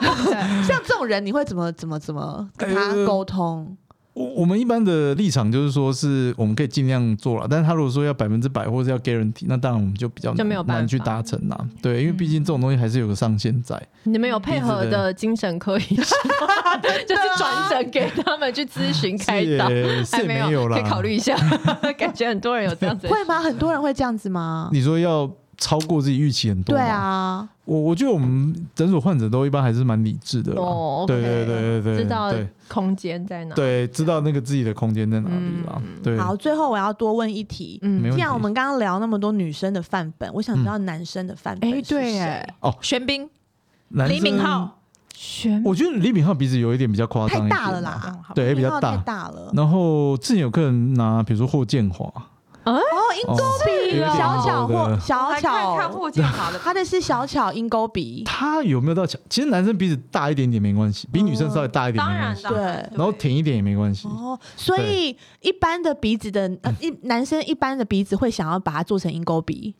Speaker 2: 对
Speaker 4: 像这种人，你会怎么怎么怎么跟她
Speaker 3: 呃
Speaker 4: 沟通？
Speaker 3: 我我们一般的立场就是说，是我们可以尽量做了，但是他如果说要百分之百或者要 guarantee，那当然我们就比较
Speaker 1: 就
Speaker 3: 难
Speaker 1: 没有办法嗯
Speaker 3: 难去达成啦。对，因为毕竟这种东西还是有个上限在。
Speaker 1: 你
Speaker 3: 嗯
Speaker 1: 们有配合
Speaker 3: 鼻子的
Speaker 1: 的精神科医师吗， 就是转诊给他们去咨询
Speaker 3: 是
Speaker 1: 开导，
Speaker 3: 也 是
Speaker 1: 还
Speaker 3: 也没
Speaker 1: 有，
Speaker 3: 啦，
Speaker 1: 可以考虑一下。感觉很多人有这样子的，
Speaker 4: 会吗？很多人会这样子吗？
Speaker 3: 你说要超过自己预期很多
Speaker 4: 对
Speaker 3: 嘛。
Speaker 4: 啊，
Speaker 3: 我我觉得我们诊所患者都一般还是蛮理智的啦。
Speaker 1: 哦
Speaker 3: 对
Speaker 1: OK
Speaker 3: 对对对对，
Speaker 1: 知道
Speaker 3: 对
Speaker 1: 空间在哪。
Speaker 3: 对，知道那个自己的空间在哪里啦。对，
Speaker 4: 好，最后我要多问一题。
Speaker 1: 嗯
Speaker 3: 没问
Speaker 4: 既
Speaker 3: 题嗯
Speaker 4: 然我们刚刚聊那么多女生的范本，我想知道男生的范本
Speaker 1: 哎，
Speaker 4: 是谁
Speaker 1: 对，哎，
Speaker 2: 玄彬、
Speaker 3: 哦男
Speaker 2: 李敏
Speaker 3: 生，
Speaker 2: 镐，
Speaker 1: 选
Speaker 3: 我觉得李敏镐鼻子有一点比较夸张，
Speaker 4: 太大了。啦，
Speaker 2: 好
Speaker 3: 对，比
Speaker 4: 一
Speaker 3: 较
Speaker 4: 号
Speaker 3: 大
Speaker 4: 太。大了。
Speaker 3: 然后之前有客人拿，比如说霍建华，
Speaker 4: 哦，鹰
Speaker 3: 哦
Speaker 4: 钩
Speaker 3: 有
Speaker 4: 鼻，
Speaker 3: 点
Speaker 4: 小巧
Speaker 3: 高的
Speaker 4: 或小
Speaker 5: 来看看
Speaker 4: 巧，
Speaker 5: 霍建华的
Speaker 4: 他的是小巧鹰钩鼻，
Speaker 3: 他有没有到强？其实男生鼻子大一点点没关系，比女生稍微大一点
Speaker 1: 哦
Speaker 5: 当
Speaker 3: 没关
Speaker 5: 然
Speaker 3: 系，
Speaker 5: 当然，
Speaker 3: 然后挺一点也没关系。
Speaker 4: 哦，所以一般的鼻子的呃，一男生一般的鼻子会想要把它做成鹰钩鼻，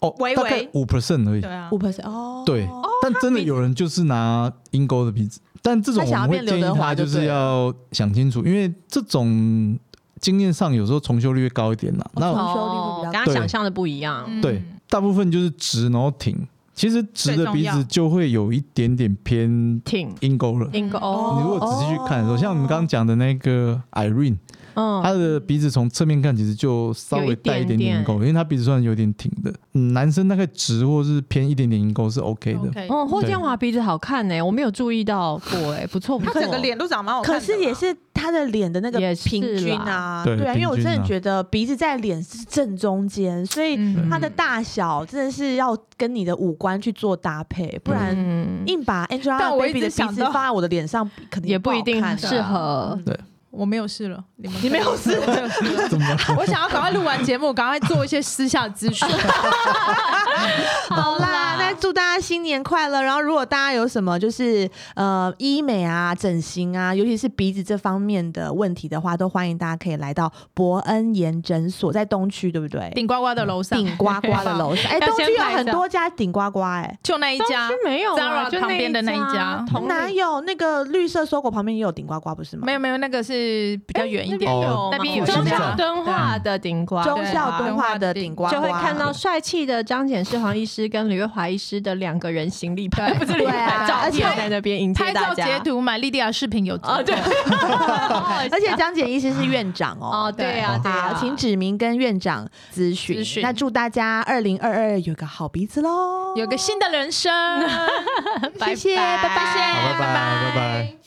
Speaker 3: 哦，
Speaker 2: 微
Speaker 3: 大概
Speaker 2: 微
Speaker 3: 五 percent 而已
Speaker 2: 对。啊
Speaker 4: 五，percent 哦，
Speaker 3: 对，但真的有人就是拿鹰钩的鼻子，但这种
Speaker 4: 他
Speaker 3: 我
Speaker 4: 想要
Speaker 3: 们会
Speaker 4: 变刘
Speaker 3: 建议
Speaker 4: 德华
Speaker 3: 他
Speaker 4: 就
Speaker 3: 就是
Speaker 4: 对了
Speaker 3: 要想清楚，因为这种经验上有时候重修率会高一点啦。那
Speaker 4: 重修率会比较
Speaker 1: 哦跟他
Speaker 3: 对
Speaker 1: 想象的不一样。
Speaker 2: 嗯
Speaker 3: 对，大部分就是直然后挺，其实直
Speaker 2: 最
Speaker 3: 的
Speaker 2: 重
Speaker 3: 鼻
Speaker 2: 要
Speaker 3: 子就会有一点点偏
Speaker 1: 挺
Speaker 3: 鹰钩
Speaker 4: 嗯
Speaker 3: 了。
Speaker 1: 应该
Speaker 3: 你
Speaker 1: 哦，
Speaker 3: 如果仔细去看的时候，像我们刚刚讲的那个 Irene，
Speaker 1: 嗯，
Speaker 3: 她的鼻子从侧面看其实就稍微带一点点鹰钩，因为她鼻子算有点挺的。嗯，男生大概直或是偏一点点鹰钩是 OK 的。
Speaker 2: 嗯 OK，
Speaker 1: 哦，霍建华鼻子好看欸呢，我没有注意到过，哎，不错，不
Speaker 2: 他
Speaker 1: 错
Speaker 2: 整个脸都长蛮好看
Speaker 4: 可
Speaker 2: 的啦，
Speaker 4: 是也是他的脸的那个
Speaker 1: 也是
Speaker 4: 平均啊，
Speaker 3: 啦
Speaker 4: 对
Speaker 3: 对
Speaker 4: 啊，因为我
Speaker 3: 平
Speaker 4: 真
Speaker 3: 均啊
Speaker 4: 的觉得鼻子在脸是正中间，所以
Speaker 2: 嗯
Speaker 4: 它的大小真的是要跟你的五官去做搭配，不然
Speaker 1: 嗯
Speaker 4: 硬把
Speaker 2: 我一
Speaker 4: Angelababy
Speaker 2: 直
Speaker 4: 的鼻子
Speaker 2: 想到
Speaker 4: 放在我的脸上，肯定
Speaker 1: 也不一定
Speaker 4: 好看的啊
Speaker 1: 适合。
Speaker 4: 嗯
Speaker 2: 我没有事了，你们
Speaker 1: 你没有
Speaker 2: 事，我没有事了。
Speaker 3: 怎 么了？
Speaker 2: 我想要赶快录完节目，赶快做一些私下的咨询。
Speaker 1: 好
Speaker 4: 好啦，那祝大家新年快乐！然后，如果大家有什么就是呃医美啊、整形啊，尤其是鼻子这方面的问题的话，都欢迎大家可以来到伯恩颜诊所，在东区，对不对？
Speaker 2: 顶呱呱的楼上，
Speaker 4: 顶呱呱的 楼上，哎、
Speaker 2: 要
Speaker 4: 东
Speaker 2: 先
Speaker 4: 区有
Speaker 2: 拍
Speaker 4: 很
Speaker 2: 照
Speaker 4: 多家顶呱呱、哎。
Speaker 2: 就那一家
Speaker 1: 是，没有啊
Speaker 2: Zara
Speaker 1: 就
Speaker 2: 旁边的那一家
Speaker 1: 同
Speaker 4: 哪
Speaker 1: 里
Speaker 4: 有那个绿色搜狗旁边也有顶呱呱不是吗？
Speaker 2: 没有没有，那个是比较远一点
Speaker 3: 哎
Speaker 2: 的，
Speaker 3: 哦
Speaker 2: 那边有
Speaker 3: 吗
Speaker 1: 中
Speaker 3: 中
Speaker 1: 校
Speaker 3: 校
Speaker 1: 敦化的顶呱，
Speaker 4: 中校敦化的
Speaker 2: 对啊
Speaker 4: 顶呱呱，
Speaker 1: 就会看到帅气的张简世煌医师跟吕月华医师的两个人行李牌，
Speaker 2: 对
Speaker 1: 不是李
Speaker 4: 对啊
Speaker 1: 牌照
Speaker 4: 而且
Speaker 1: 片在那边迎接
Speaker 2: 拍
Speaker 1: 大
Speaker 2: 照
Speaker 1: 家。
Speaker 2: 截图买莉迪亚视频有折
Speaker 1: 哦，对，
Speaker 4: 而且张姐医
Speaker 2: 啊
Speaker 4: 师是院长哦。
Speaker 1: 哦，对啊，对
Speaker 4: 好
Speaker 1: 啊，，
Speaker 4: 请指明跟院长咨询。
Speaker 2: 咨询
Speaker 4: 那祝大家二零二二有个好鼻子 喽！
Speaker 2: 有个新的人生，
Speaker 4: 谢谢拜拜
Speaker 2: 谢谢
Speaker 3: 好，拜拜，拜拜。